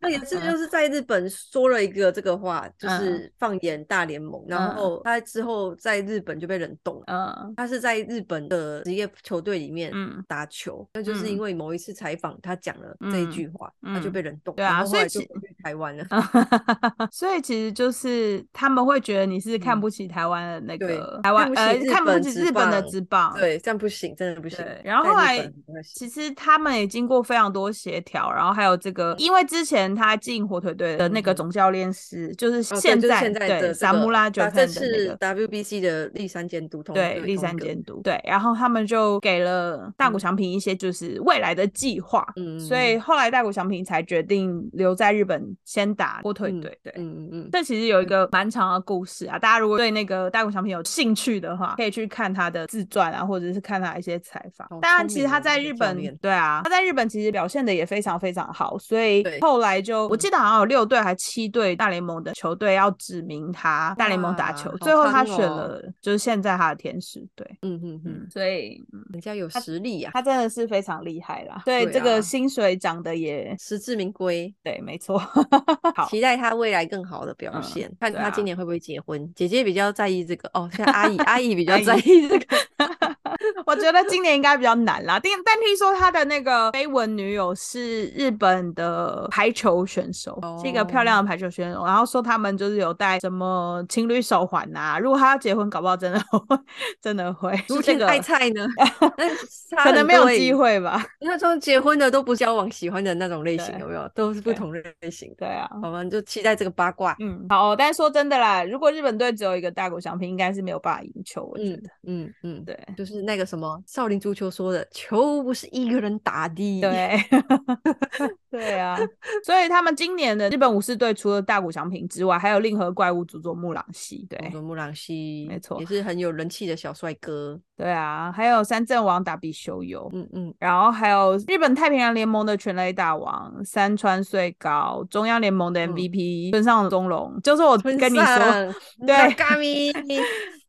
Speaker 2: 那也是就是在日本说了一个这个话，就
Speaker 1: 嗯
Speaker 2: 是放眼大联盟，
Speaker 1: 嗯
Speaker 2: 然后他之后在日本就被冷冻了。
Speaker 1: 嗯
Speaker 2: 他是在日本的职业球队里面
Speaker 1: 嗯，
Speaker 2: 打球，那就是因
Speaker 1: 嗯
Speaker 2: 为某一次采访他讲了这一
Speaker 1: 嗯
Speaker 2: 句话，他就
Speaker 1: 嗯
Speaker 2: 被人冻，
Speaker 1: 对
Speaker 2: 然
Speaker 1: 啊
Speaker 2: 后
Speaker 1: 所
Speaker 2: 后
Speaker 1: 以
Speaker 2: 来就
Speaker 1: 其
Speaker 2: 回去台湾了。
Speaker 1: 所以其实就是他们会觉得你是看
Speaker 2: 嗯
Speaker 1: 不起台湾的那
Speaker 2: 对
Speaker 1: 个台湾
Speaker 2: 看不起
Speaker 1: 呃
Speaker 2: 日
Speaker 1: 看不
Speaker 2: 本
Speaker 1: 起
Speaker 2: 职
Speaker 1: 日本的
Speaker 2: 棒
Speaker 1: 职棒，
Speaker 2: 对，这样不行，真的不行
Speaker 1: 对。然后
Speaker 2: 在
Speaker 1: 后
Speaker 2: 日
Speaker 1: 来
Speaker 2: 本不太行
Speaker 1: 其实他们也经过非常多协调，然后还有这个，因为之前他进火腿队的那
Speaker 2: 嗯
Speaker 1: 个
Speaker 2: 哼
Speaker 1: 总教练是，就是
Speaker 2: 哦，对
Speaker 1: 现
Speaker 2: 就是
Speaker 1: 在
Speaker 2: 现在的
Speaker 1: 萨姆拉
Speaker 2: 这
Speaker 1: 九
Speaker 2: 个，
Speaker 1: 看
Speaker 2: 打这
Speaker 1: 的那
Speaker 2: 是
Speaker 1: 个。
Speaker 2: WBC 的立山监督同
Speaker 1: 对，
Speaker 2: 对
Speaker 1: 立
Speaker 2: 同一
Speaker 1: 山
Speaker 2: 个
Speaker 1: 监督对，然后他们就给了大谷
Speaker 2: 嗯
Speaker 1: 翔平一些就是未来的计划，所以
Speaker 2: 嗯
Speaker 1: 后来大谷翔平才决定留在日本先打火腿
Speaker 2: 嗯
Speaker 1: 队。对，
Speaker 2: 嗯嗯嗯，
Speaker 1: 这其实有一个蛮长的故事啊，大家如果对那个大谷翔平有兴趣的话，可以去看他的自传啊，或者是看他一些采访
Speaker 2: 好。
Speaker 1: 当然，
Speaker 2: 聪
Speaker 1: 其实
Speaker 2: 明
Speaker 1: 他
Speaker 2: 哦
Speaker 1: 在
Speaker 2: 这个
Speaker 1: 日
Speaker 2: 教
Speaker 1: 本
Speaker 2: 练，
Speaker 1: 对啊，他在日本其实表现的也非常非常好，所以
Speaker 2: 对
Speaker 1: 后来就我记
Speaker 2: 嗯
Speaker 1: 得好像有六队还七队大联盟的球队要指名他大联盟打球，
Speaker 2: 哇
Speaker 1: 最后
Speaker 2: 好
Speaker 1: 他
Speaker 2: 夯
Speaker 1: 选
Speaker 2: 哦
Speaker 1: 了就是现在他的天使队。
Speaker 2: 嗯嗯
Speaker 1: 嗯
Speaker 2: 嗯，，
Speaker 1: 所以啊
Speaker 2: 人家有实力呀、
Speaker 1: 他真的是非常厉害啦。对，
Speaker 2: 对
Speaker 1: 这个
Speaker 2: 啊
Speaker 1: 薪水涨的也
Speaker 2: 实至名归。
Speaker 1: 对，没错。好，
Speaker 2: 期待他未来更好的表
Speaker 1: 嗯
Speaker 2: 现，看
Speaker 1: 对
Speaker 2: 他今
Speaker 1: 啊
Speaker 2: 年会不会结婚。姐姐比较在意这个哦，现在阿 姨阿姨比较
Speaker 1: 阿
Speaker 2: 在
Speaker 1: 姨
Speaker 2: 意 这个
Speaker 1: 我觉得今年应该比较难啦。但但听说他的那个绯闻女友是日本的排球选手，是一个漂
Speaker 2: 哦
Speaker 1: 亮的排球选手。然后说他们就是有戴什么情侣手环啊，如果他要结婚，搞不好真的会真的会。
Speaker 2: 如
Speaker 1: 是这
Speaker 2: 天
Speaker 1: 个
Speaker 2: 爱 菜呢， 那差
Speaker 1: 可能
Speaker 2: 很
Speaker 1: 没有
Speaker 2: 多欸
Speaker 1: 机。会吧。
Speaker 2: 那种结婚的都不交往喜欢的那种类型，
Speaker 1: 对
Speaker 2: 有没有？都是不
Speaker 1: 对
Speaker 2: 同类型的。
Speaker 1: 对啊，
Speaker 2: 我们就期待这个八卦。
Speaker 1: 嗯，好、但是说真的啦，如果日本队只有一个大谷翔平，应该是没有办法赢球，我觉
Speaker 2: 嗯
Speaker 1: 得。
Speaker 2: 嗯嗯，
Speaker 1: 对，
Speaker 2: 就是那个什什么少林足球说的，球不是一个人打的。，
Speaker 1: 对， 对啊，所以他们今年的日本武士队除了大谷翔平之外，还有令和怪物佐佐木朗希，对
Speaker 2: 佐佐木朗希，
Speaker 1: 没错
Speaker 2: 也是很有人气的小帅哥。
Speaker 1: 对啊，还有三阵王打比修友，
Speaker 2: 嗯嗯，
Speaker 1: 然后还有日本太平洋联盟的全垒打王山川穗高，中央联盟的
Speaker 2: 嗯
Speaker 1: MVP 村上宗隆，就是我
Speaker 2: 村
Speaker 1: 跟你 说，
Speaker 2: 上，
Speaker 1: 对
Speaker 2: 咖 咪，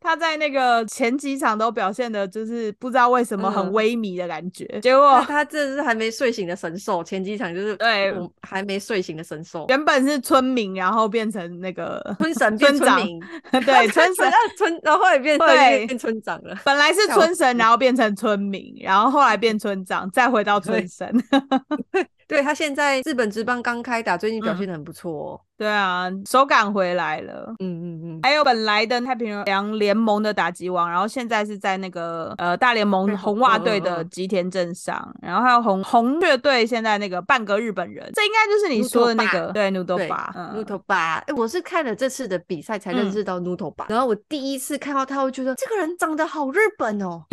Speaker 1: 他在那个前几场都表现的，就是不知道为什么很
Speaker 2: 嗯
Speaker 1: 萎靡的感觉，结果
Speaker 2: 他他真的是还没睡醒的神兽，前几场就是
Speaker 1: 哦对
Speaker 2: 我还没睡醒的神兽，
Speaker 1: 原本是村民，然后变成那个
Speaker 2: 村神变
Speaker 1: 村
Speaker 2: 村
Speaker 1: 长
Speaker 2: 民，
Speaker 1: 对村神
Speaker 2: 神啊村，然后后来变后来
Speaker 1: 对
Speaker 2: 变村长了。
Speaker 1: 本来是
Speaker 2: 笑嗯
Speaker 1: 村神，然后变成村民，然后后来变村长，再回到村
Speaker 2: 对
Speaker 1: 神。
Speaker 2: 对他现在日本职棒刚开打，最近表
Speaker 1: 嗯
Speaker 2: 现的很不错哦。
Speaker 1: 对啊，手感回来了。
Speaker 2: 嗯嗯嗯，
Speaker 1: 还有本来的太平洋联盟的打击王，然后现在是在那个呃大联
Speaker 2: 对
Speaker 1: 盟
Speaker 2: 红
Speaker 1: 红袜
Speaker 2: 嗯
Speaker 1: 队
Speaker 2: 嗯
Speaker 1: 的
Speaker 2: 嗯
Speaker 1: 吉田镇上，然后还有红红雀队现在那个半个日本人，这应该就是你
Speaker 2: 努
Speaker 1: 说的
Speaker 2: 头
Speaker 1: 那
Speaker 2: 巴
Speaker 1: 个对努多
Speaker 2: 对
Speaker 1: 巴，嗯
Speaker 2: ，Nuto 吧，哎，我是看了这次的比赛才
Speaker 1: 嗯
Speaker 2: 认识到 Nuto 吧，然后我第一次看到他，我觉得这个人长得好日本 哦，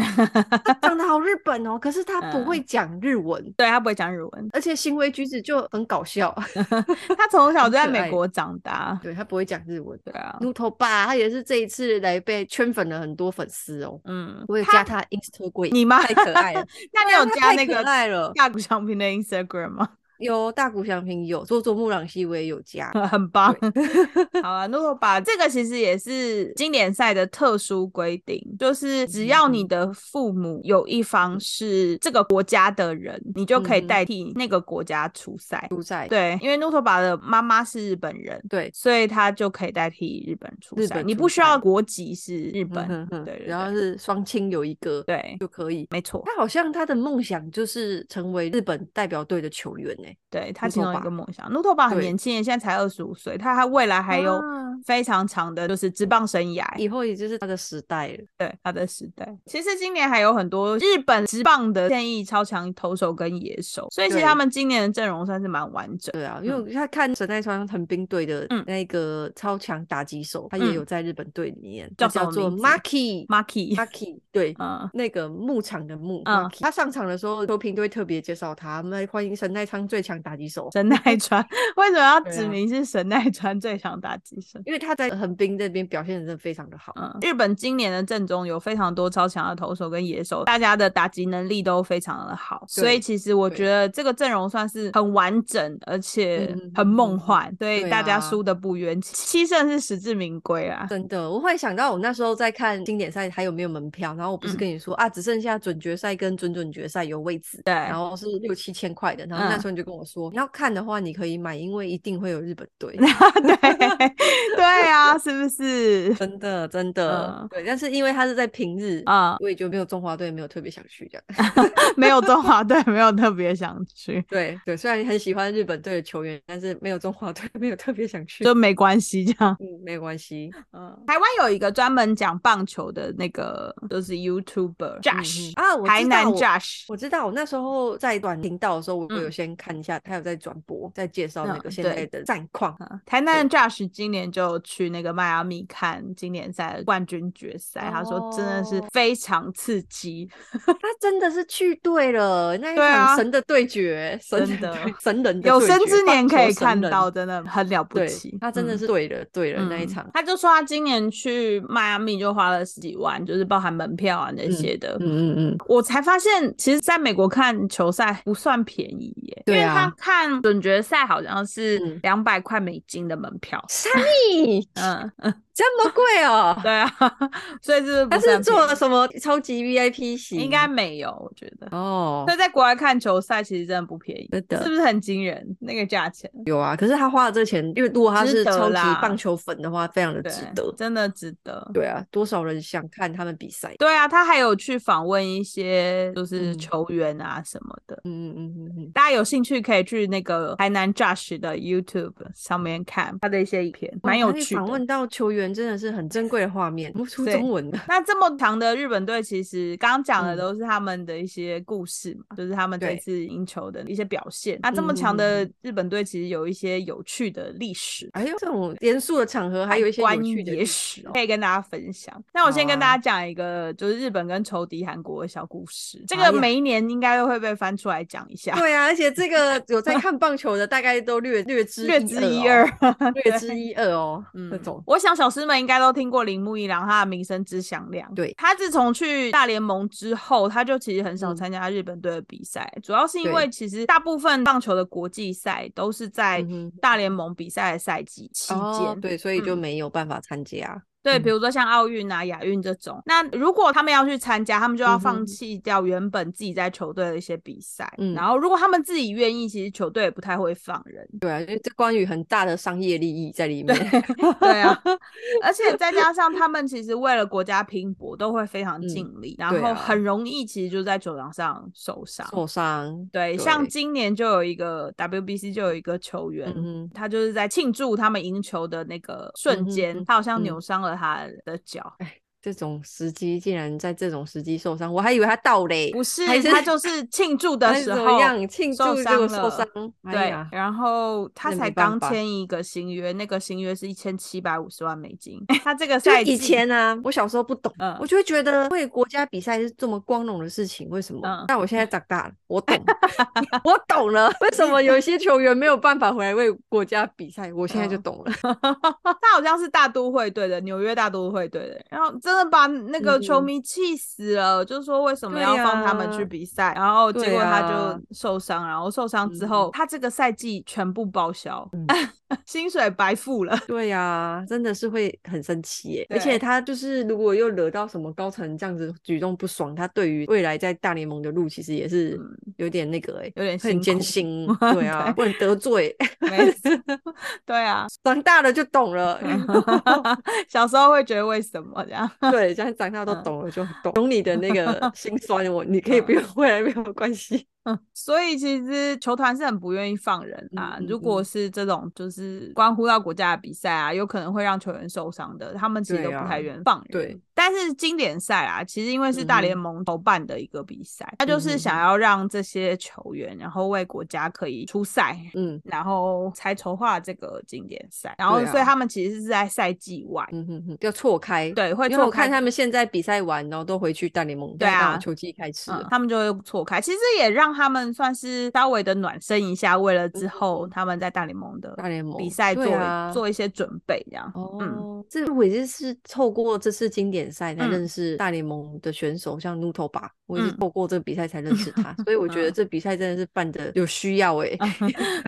Speaker 2: 他长得好日本哦，可是他不会讲日文，
Speaker 1: 嗯对他不会讲日文，
Speaker 2: 而且行为举止就很搞笑，
Speaker 1: 他从小就在
Speaker 2: 可
Speaker 1: 美
Speaker 2: 爱
Speaker 1: 国长大，
Speaker 2: 对他不会讲日文。
Speaker 1: 对啊，
Speaker 2: Nuto 吧，他也是这一次来被圈粉了很多粉丝哦，
Speaker 1: 嗯，
Speaker 2: 我有加他 Instagram，
Speaker 1: 你吗？
Speaker 2: 太可爱了，
Speaker 1: 那你
Speaker 2: 对啊
Speaker 1: 有
Speaker 2: 他
Speaker 1: 加
Speaker 2: 太
Speaker 1: 那
Speaker 2: 可
Speaker 1: 个
Speaker 2: 爱了，
Speaker 1: 大谷翔平的 Instagram 吗？
Speaker 2: 有大谷翔平有，佐佐木朗希我也有加，
Speaker 1: 很棒。好啊，如果把这个其实也是经典赛的特殊规定，就是只要你
Speaker 2: 嗯
Speaker 1: 的父母有一方是这个国家的人，你就可以
Speaker 2: 嗯
Speaker 1: 代替那个国家出赛。
Speaker 2: 出赛
Speaker 1: 对，因为诺托巴的妈妈是日本人，
Speaker 2: 对，
Speaker 1: 所以他就可以代替日本出
Speaker 2: 日
Speaker 1: 赛。
Speaker 2: 本
Speaker 1: 你
Speaker 2: 出
Speaker 1: 不需
Speaker 2: 赛
Speaker 1: 要国籍是日本，
Speaker 2: 嗯
Speaker 1: 对
Speaker 2: 哼哼
Speaker 1: 对
Speaker 2: 然后
Speaker 1: 对
Speaker 2: 是双亲有一个，
Speaker 1: 对，
Speaker 2: 就可以。
Speaker 1: 没错，
Speaker 2: 他好像他的梦想就是成为日本代表队的球员呢、
Speaker 1: 对他
Speaker 2: 诺
Speaker 1: 其
Speaker 2: 托
Speaker 1: 中一
Speaker 2: 巴
Speaker 1: 个梦想。诺托巴很
Speaker 2: 对啊
Speaker 1: 年轻，现在才二十五岁，他还未来还有
Speaker 2: 哇
Speaker 1: 非常长的就是职棒生涯。
Speaker 2: 以后也就是他的时代了。
Speaker 1: 对他的时代，其实今年还有很多日本职棒的现役超强投手跟野手，所以其实
Speaker 2: 对
Speaker 1: 他们今年的阵容算是蛮完整的。
Speaker 2: 对啊，因为我他看神奈川横滨队的
Speaker 1: 嗯
Speaker 2: 那个超强打击手，他
Speaker 1: 嗯
Speaker 2: 也有在日本队里面，
Speaker 1: 叫
Speaker 2: 他
Speaker 1: 什么
Speaker 2: 叫做
Speaker 1: 名字
Speaker 2: Maki
Speaker 1: Maki，
Speaker 2: Maki，对。
Speaker 1: 嗯，
Speaker 2: 那个牧场的牧，
Speaker 1: 嗯
Speaker 2: Maki 他上场的时候，球评都会特别介绍他，我们来欢迎神奈川最强打击手，
Speaker 1: 神奈川为什么要
Speaker 2: 对
Speaker 1: 指
Speaker 2: 啊
Speaker 1: 明是神奈川最强打击手？
Speaker 2: 因为他在横滨这边表现得真的非常的好。
Speaker 1: 嗯，日本今年的阵中有非常多超强的投手跟野手，大家的打击能力都非常的好，所以
Speaker 2: 对
Speaker 1: 其实我觉
Speaker 2: 对
Speaker 1: 得这个阵容算是很完整，而且
Speaker 2: 嗯嗯嗯
Speaker 1: 很梦
Speaker 2: 嗯
Speaker 1: 幻，所以
Speaker 2: 对
Speaker 1: 大家
Speaker 2: 啊
Speaker 1: 输的不冤，七胜是实至名归啊。
Speaker 2: 真的，我忽然想到，我那时候在看经典赛还有没有门票，然后我不是
Speaker 1: 嗯
Speaker 2: 跟你说、啊，只剩下准决赛跟准准决赛有位置，
Speaker 1: 对
Speaker 2: 然后是六七千块的，然后那
Speaker 1: 嗯
Speaker 2: 时候你就跟我说，你要看的话你可以买，因为一定会有日本 队，
Speaker 1: 对对啊，是不是？
Speaker 2: 真的真的、
Speaker 1: 嗯
Speaker 2: 对，但是因为他是在平日
Speaker 1: 啊、
Speaker 2: 我也就没有中华队没有特别想去这样，
Speaker 1: 没有中华队，没有特别想去，
Speaker 2: 对对，虽然很喜欢日本队的球员，但是没有中华队 没有特别想去，
Speaker 1: 就没关系这样。
Speaker 2: 嗯，没有关系，
Speaker 1: 嗯，台湾有一个专门讲棒球的那个，就是 YouTuber
Speaker 2: 嗯
Speaker 1: Josh，、
Speaker 2: 嗯啊，我知
Speaker 1: 台南
Speaker 2: 道我
Speaker 1: Josh，
Speaker 2: 我知道，我那时候在短频道的时候，我有
Speaker 1: 嗯
Speaker 2: 先看一下，他有在转播，在介绍那
Speaker 1: 嗯
Speaker 2: 个现
Speaker 1: 对
Speaker 2: 在的战况。
Speaker 1: 嗯台南的 Josh 今年就去那个迈阿密看今年赛的冠军决赛，他说真的是
Speaker 2: 哦
Speaker 1: 非常刺激，
Speaker 2: 他真的是去对了，那一
Speaker 1: 对啊
Speaker 2: 场神的对决，
Speaker 1: 真
Speaker 2: 神
Speaker 1: 的
Speaker 2: 的对神人的
Speaker 1: 有
Speaker 2: 对
Speaker 1: 生
Speaker 2: 决
Speaker 1: 之年
Speaker 2: 棒
Speaker 1: 可
Speaker 2: 球
Speaker 1: 以
Speaker 2: 神
Speaker 1: 看
Speaker 2: 人
Speaker 1: 到，真的很了不
Speaker 2: 对
Speaker 1: 起。
Speaker 2: 他真
Speaker 1: 嗯
Speaker 2: 的是对了，对了那一场
Speaker 1: 嗯，，他就说他今年去迈阿密就花了十几万，就是包含门票啊那些的。
Speaker 2: 嗯嗯嗯，
Speaker 1: 我才发现，其实在美国看球赛不算便宜耶，
Speaker 2: 对
Speaker 1: 因为他
Speaker 2: 啊
Speaker 1: 看准决赛好像是
Speaker 2: 嗯
Speaker 1: 两百块美金的门票。
Speaker 2: 三亿
Speaker 1: 嗯，
Speaker 2: 这么贵 哦？
Speaker 1: 对啊，所以是不
Speaker 2: 他是
Speaker 1: 算
Speaker 2: 做了
Speaker 1: 便
Speaker 2: 什么超级 VIP
Speaker 1: 宜
Speaker 2: 席？
Speaker 1: 应该没有，我觉得。
Speaker 2: 哦
Speaker 1: 所以在国外看球赛其实真的不便宜，
Speaker 2: 真的
Speaker 1: 是不是很惊人那个价钱？
Speaker 2: 有啊，可是他花了这钱，因为如果他
Speaker 1: 值
Speaker 2: 是
Speaker 1: 得
Speaker 2: 超级
Speaker 1: 啦
Speaker 2: 棒球粉的话，非常的
Speaker 1: 对
Speaker 2: 值，得。
Speaker 1: 真的值得。
Speaker 2: 对啊，多少人想看他们比赛？
Speaker 1: 对啊，他还有去访问一些就是
Speaker 2: 嗯
Speaker 1: 球员啊什么的。
Speaker 2: 嗯嗯嗯嗯嗯。
Speaker 1: 大家有兴趣可以去那个台南 Josh 的 YouTube 上面看他的一些影片，蛮
Speaker 2: 哦
Speaker 1: 有
Speaker 2: 他也
Speaker 1: 趣
Speaker 2: 访
Speaker 1: 的。
Speaker 2: 问到球员员真的是很珍贵的画面，不出中文 的。
Speaker 1: 那这么长的日本队，其实刚刚讲的都是他们的一些故事嘛，就是他们这
Speaker 2: 嗯对嗯
Speaker 1: 次赢球的一些表现。那这么长的日本队，其实有一些有趣的历史。
Speaker 2: 哎呦，这种严肃的场合还有一些有
Speaker 1: 关
Speaker 2: 趣的
Speaker 1: 野
Speaker 2: 历
Speaker 1: 史
Speaker 2: 史哦。
Speaker 1: 可以跟大家分享。那我先
Speaker 2: 好
Speaker 1: 跟
Speaker 2: 啊
Speaker 1: 大家讲一个，就是日本跟仇敌韩国的小故事。这
Speaker 2: 哎
Speaker 1: 个
Speaker 2: 呀
Speaker 1: 每一年应该都会被翻出来讲一下，
Speaker 2: 对啊，而且这个有在看棒球的，大概都略略知
Speaker 1: 略知一
Speaker 2: 哦
Speaker 1: 二，。
Speaker 2: 略知一二哦，
Speaker 1: 嗯
Speaker 2: 那种。
Speaker 1: 我想小师们应该都听过铃木一郎，他的名声之响亮。
Speaker 2: 对
Speaker 1: 他自从去大联盟之后，他就其实很少
Speaker 2: 嗯
Speaker 1: 参加日本队的比赛，主要是因
Speaker 2: 对
Speaker 1: 为其实大部分棒球的国际赛都是在
Speaker 2: 嗯哼
Speaker 1: 大联盟比赛的赛季期间。
Speaker 2: 哦，对，所以就
Speaker 1: 嗯
Speaker 2: 没有办法参加。
Speaker 1: 对，
Speaker 2: 嗯
Speaker 1: 比如说像奥运啊、亚运这种，那如果他们要去参加，他们就要
Speaker 2: 嗯
Speaker 1: 放
Speaker 2: 哼
Speaker 1: 弃掉原本自己在球队的一些比赛。
Speaker 2: 嗯
Speaker 1: 然后如果他们自己愿意，其实球队也不太会放人。
Speaker 2: 对啊，因为这关于很大的商业利益在里面。
Speaker 1: 对啊，而且再加上他们其实为了国家拼搏，都会非常
Speaker 2: 嗯
Speaker 1: 尽力，然
Speaker 2: 对
Speaker 1: 后
Speaker 2: 啊
Speaker 1: 很容易其实就在球场上受伤。
Speaker 2: 受 伤，
Speaker 1: 对，像今年就有一个 WBC 就有一个球员，
Speaker 2: 嗯哼，
Speaker 1: 他就是在庆祝他们赢球的那个瞬
Speaker 2: 嗯哼
Speaker 1: 间，
Speaker 2: 嗯
Speaker 1: 他好
Speaker 2: 嗯
Speaker 1: 像
Speaker 2: 哎
Speaker 1: 扭伤了他的脚。
Speaker 2: 这种时机竟然在这种时机受伤，我还以为他倒嘞，
Speaker 1: 不是，
Speaker 2: 还是
Speaker 1: 他就是庆祝的
Speaker 2: 还是
Speaker 1: 时
Speaker 2: 怎
Speaker 1: 候
Speaker 2: 么样庆
Speaker 1: 受
Speaker 2: 祝结
Speaker 1: 伤
Speaker 2: 果受
Speaker 1: 了
Speaker 2: 伤，哎
Speaker 1: 对
Speaker 2: 呀，，
Speaker 1: 然后他
Speaker 2: 那
Speaker 1: 才
Speaker 2: 没办
Speaker 1: 刚
Speaker 2: 法
Speaker 1: 签一个新约，那个新约是一千七百五十万美金。 他这个
Speaker 2: 就
Speaker 1: 赛季
Speaker 2: 以前啊，我小时候不懂，
Speaker 1: 嗯
Speaker 2: 我就会觉得为国家比赛是这么光荣的事情，为什么？
Speaker 1: 嗯
Speaker 2: 但我现在长大了，我 懂，我懂了，为什么有些球员没有办法回来为国家比赛？我现在就
Speaker 1: 嗯
Speaker 2: 懂了。
Speaker 1: 他好像是大都会队的，纽约大都会队的，然后真的把那个球
Speaker 2: 嗯
Speaker 1: 迷气死了，就说为什么要
Speaker 2: 对
Speaker 1: 放他们去
Speaker 2: 呀
Speaker 1: 比赛，然后结
Speaker 2: 对
Speaker 1: 果他
Speaker 2: 呀
Speaker 1: 就受伤，然后受伤之
Speaker 2: 嗯
Speaker 1: 后，他这个赛季全部报销，
Speaker 2: 嗯
Speaker 1: 薪水白付了。
Speaker 2: 对呀、真的是会很生气耶，而
Speaker 1: 对
Speaker 2: 且他就是如果又惹到什么高层这样子举动不爽，他对于未来在大联盟的路其实也是
Speaker 1: 嗯
Speaker 2: 有点那个哎，
Speaker 1: 有点辛
Speaker 2: 很艰
Speaker 1: 苦
Speaker 2: 辛，对啊，不能得罪，
Speaker 1: 没错，对啊，
Speaker 2: 长大了就懂 了，
Speaker 1: 小时候会觉得为什么这样？
Speaker 2: 对，现在长大都
Speaker 1: 嗯
Speaker 2: 懂了就懂，懂你的那 个心酸，我你可以不用回来没有关系，
Speaker 1: 所以其实球团是很不愿意放人啊。
Speaker 2: 嗯嗯
Speaker 1: 如果
Speaker 2: 嗯
Speaker 1: 是这种就是关乎到国家的比赛啊，有可能会让球员受伤的，他们其实都
Speaker 2: 对
Speaker 1: 不
Speaker 2: 啊
Speaker 1: 太愿意放人。
Speaker 2: 对
Speaker 1: 但是经典赛啊，其实因为是大联盟筹办的一个比赛，他就
Speaker 2: 嗯
Speaker 1: 是
Speaker 2: 哼
Speaker 1: 想
Speaker 2: 哼
Speaker 1: 要让这些球员，然后为国家可以出赛，
Speaker 2: 嗯
Speaker 1: 然后才筹划这个经典赛。然后
Speaker 2: 对
Speaker 1: 所以
Speaker 2: 啊
Speaker 1: 他们其实是在赛季外，
Speaker 2: 嗯哼哼，要错开，，
Speaker 1: 对，会
Speaker 2: 因为
Speaker 1: 错
Speaker 2: 我
Speaker 1: 开
Speaker 2: 看他们现在比赛完，然后都回去大联盟，
Speaker 1: 对
Speaker 2: 要到
Speaker 1: 啊
Speaker 2: 球季开始
Speaker 1: 嗯
Speaker 2: 了，，
Speaker 1: 他们就会错开，其实也让他们算是稍微的暖身一下，为了之
Speaker 2: 嗯
Speaker 1: 后他们在大联盟的
Speaker 2: 大联盟
Speaker 1: 比赛
Speaker 2: 对
Speaker 1: 做、
Speaker 2: 啊
Speaker 1: 做一些准备，这样。嗯，
Speaker 2: 哦， 这我也是透过这次经典赛才
Speaker 1: 嗯
Speaker 2: 认识大联盟的选手，像 Nuto 吧，我也是
Speaker 1: 嗯
Speaker 2: 透过这个比赛才认识 他，所以我觉得
Speaker 1: 嗯
Speaker 2: 这比赛真的是办的有需要哎、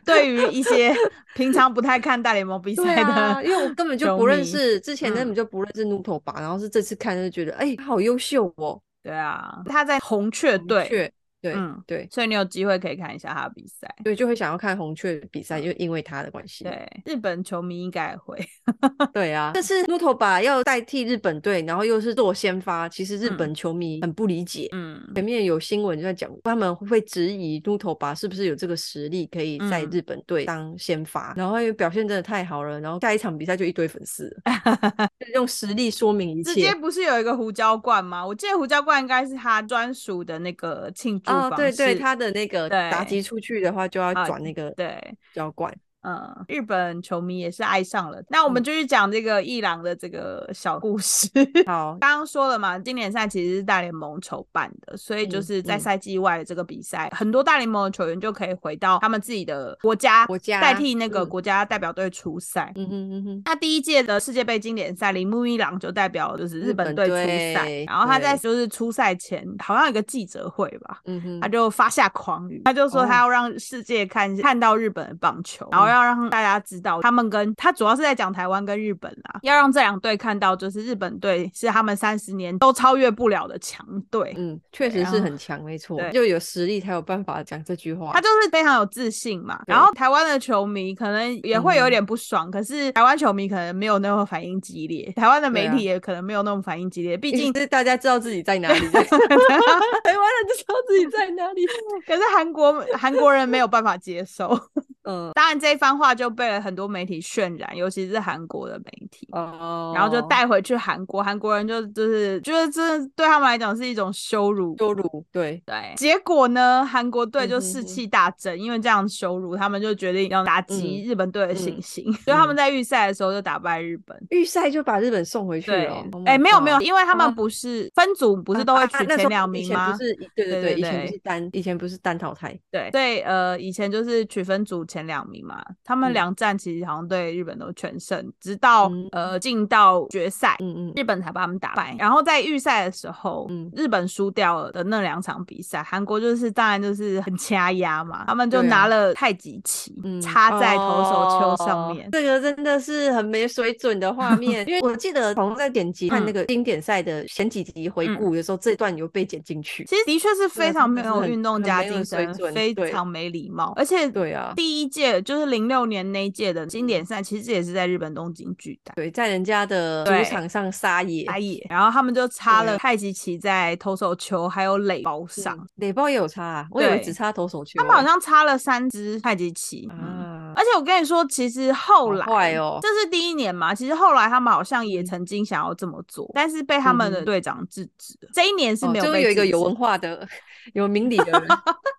Speaker 1: 对于一些平常不太看大联盟比
Speaker 2: 对
Speaker 1: 赛的、
Speaker 2: 啊，因为我根本就
Speaker 1: 球
Speaker 2: 不认
Speaker 1: 迷
Speaker 2: 识，之前根
Speaker 1: 嗯
Speaker 2: 本就不认识 Nuto 吧，然后是这次看就觉得，哎、他好优秀哦，
Speaker 1: 对啊，他在红雀
Speaker 2: 红
Speaker 1: 队，
Speaker 2: 雀，对、
Speaker 1: 嗯
Speaker 2: 对
Speaker 1: 所以你有机会可以看一下他的比赛。
Speaker 2: 对，就会想要看红雀比赛，就因为他的关系。
Speaker 1: 对，日本球迷应该也会。
Speaker 2: 对啊，但是 Nuto 吧要代替日本队，然后又是做先发，其实日
Speaker 1: 嗯
Speaker 2: 本球迷很不理解。
Speaker 1: 嗯
Speaker 2: 前面有新闻就在讲，他们会质疑 Nuto 吧是不是有这个实力可以在
Speaker 1: 嗯
Speaker 2: 日本队当先发，然后因为表现真的太好了，然后下一场比赛就一堆粉丝了， 就用实力说明一
Speaker 1: 直
Speaker 2: 切
Speaker 1: 接。不是有一个胡椒罐吗？我记得胡椒罐应该是他专属的那个庆祝
Speaker 2: 哦
Speaker 1: 方，式。
Speaker 2: 对对，他的那个打
Speaker 1: 对
Speaker 2: 击出去的话，就要
Speaker 1: 啊
Speaker 2: 转那个
Speaker 1: 对，
Speaker 2: 交管。
Speaker 1: 嗯，日本球迷也是爱上了。那我们
Speaker 2: 嗯
Speaker 1: 就去讲这个伊朗的这个小故事。
Speaker 2: 好，
Speaker 1: 刚刚说了嘛，经典赛其实是大联盟筹办的，所以就
Speaker 2: 嗯
Speaker 1: 是在
Speaker 2: 嗯
Speaker 1: 赛季外的这个比赛，很多大联盟的球员就可以回到他们自己的国家，
Speaker 2: 国家
Speaker 1: 代替那个
Speaker 2: 嗯
Speaker 1: 国家代表队出赛。
Speaker 2: 嗯哼嗯哼，
Speaker 1: 那第一届的世界杯经典赛，铃木一朗就代表就是日
Speaker 2: 日本
Speaker 1: 本队出赛
Speaker 2: 队，
Speaker 1: 然后他在
Speaker 2: 对
Speaker 1: 就是出赛前好像有个记者会吧，
Speaker 2: 嗯哼，
Speaker 1: 他就发下狂语，他就说
Speaker 2: 哦
Speaker 1: 他要让世界看看到日本的棒球，然后
Speaker 2: 嗯
Speaker 1: 要让大家知道他们跟他主要是在讲台湾跟日本啦，要让这两队看到，就是日本队是他们三十年都超越不了的强队。
Speaker 2: 嗯，确
Speaker 1: 对
Speaker 2: 实
Speaker 1: 然
Speaker 2: 是
Speaker 1: 后
Speaker 2: 很强，没错
Speaker 1: 对，
Speaker 2: 就有实力才有办法讲这句话。
Speaker 1: 他就是非常有自信嘛，
Speaker 2: 对
Speaker 1: 然后台湾的球迷可能也会
Speaker 2: 嗯
Speaker 1: 有点不爽，可是台湾球迷可能没有那么反应激烈，台湾的媒
Speaker 2: 对啊嗯
Speaker 1: 体也可能没有那么反应激烈，毕
Speaker 2: 毕
Speaker 1: 竟
Speaker 2: 是大家知道自己在哪里，台 湾人就知道自己在哪里。
Speaker 1: 可是韩国韩国人没有办法接受， 呃，当然这一番话就被了很多媒体渲染，尤其是韩国的媒体。
Speaker 2: 哦
Speaker 1: 然后就带回去韩国，韩国人就就是觉得这对他们来讲是一种羞辱。
Speaker 2: 羞辱，对，
Speaker 1: 对，结果呢，韩国队就
Speaker 2: 嗯哼
Speaker 1: 士
Speaker 2: 哼
Speaker 1: 气大振，因为这样羞辱，他们就决定要打击日本队的信
Speaker 2: 嗯
Speaker 1: 心，所以他们在预赛的时候就打败日本。
Speaker 2: 预赛就把日本送回去
Speaker 1: 对
Speaker 2: 了。Oh，my
Speaker 1: 哎、没有没有，
Speaker 2: God，
Speaker 1: 因为他
Speaker 2: 啊
Speaker 1: 们不是、分组，不是都会
Speaker 2: 啊啊
Speaker 1: 取
Speaker 2: 那时
Speaker 1: 前
Speaker 2: 候
Speaker 1: 两
Speaker 2: 以
Speaker 1: 名
Speaker 2: 前
Speaker 1: 吗？
Speaker 2: 不是，对
Speaker 1: 对
Speaker 2: 对
Speaker 1: 对
Speaker 2: 以前
Speaker 1: 对
Speaker 2: 不是单，以前不是单淘汰。
Speaker 1: 对对，呃，以前就是取分组前两名嘛，他们
Speaker 2: 嗯
Speaker 1: 两战其实好像对日本都全胜，直到、
Speaker 2: 嗯
Speaker 1: 呃进到决赛，
Speaker 2: 嗯嗯
Speaker 1: 日本才把他们打败。然后在预赛的时候，
Speaker 2: 嗯
Speaker 1: 日本输掉了的那两场比赛，韩国就是当然就是很掐压嘛，他们就
Speaker 2: 对啊
Speaker 1: 拿了太极旗、
Speaker 2: 嗯，
Speaker 1: 插在投手丘上
Speaker 2: 哦
Speaker 1: 面。
Speaker 2: 这个真的是很没水准的 画面。因为我记得好像在点击看那
Speaker 1: 嗯
Speaker 2: 个经典赛的前几集回
Speaker 1: 嗯
Speaker 2: 顾，有时候这段有被剪进去。
Speaker 1: 其实的确
Speaker 2: 对啊
Speaker 1: 是非常
Speaker 2: 真
Speaker 1: 没
Speaker 2: 的是
Speaker 1: 有
Speaker 2: 很
Speaker 1: 运动
Speaker 2: 很
Speaker 1: 家
Speaker 2: 没有
Speaker 1: 精
Speaker 2: 水
Speaker 1: 神，
Speaker 2: 准
Speaker 1: 非
Speaker 2: 对
Speaker 1: 常没礼貌，而且
Speaker 2: 对啊，嗯
Speaker 1: 第一届就是零六年那一届的经典赛，其实也是在日本东京巨蛋。
Speaker 2: 对，在人家的主
Speaker 1: 对
Speaker 2: 场上撒野，
Speaker 1: 打野，然后他们就插
Speaker 2: 对啊
Speaker 1: 了太极旗在投手球还有垒包
Speaker 2: 嗯
Speaker 1: 上，
Speaker 2: 垒包也有差啊，我以为
Speaker 1: 对
Speaker 2: 只差投手球欸。
Speaker 1: 他们好像插了三支太极旗。嗯
Speaker 2: 啊，
Speaker 1: 而且我跟你说，其实后来
Speaker 2: 好坏哦
Speaker 1: 这是第一年嘛，其实后来他们好像也
Speaker 2: 嗯
Speaker 1: 曾经想要这么做，但是被他们
Speaker 2: 嗯
Speaker 1: 的
Speaker 2: 哼
Speaker 1: 队长制止了。这一年是
Speaker 2: 哦
Speaker 1: 没有
Speaker 2: 就
Speaker 1: 被
Speaker 2: 有一
Speaker 1: 制
Speaker 2: 个有
Speaker 1: 止
Speaker 2: 文化的、有明理的 人，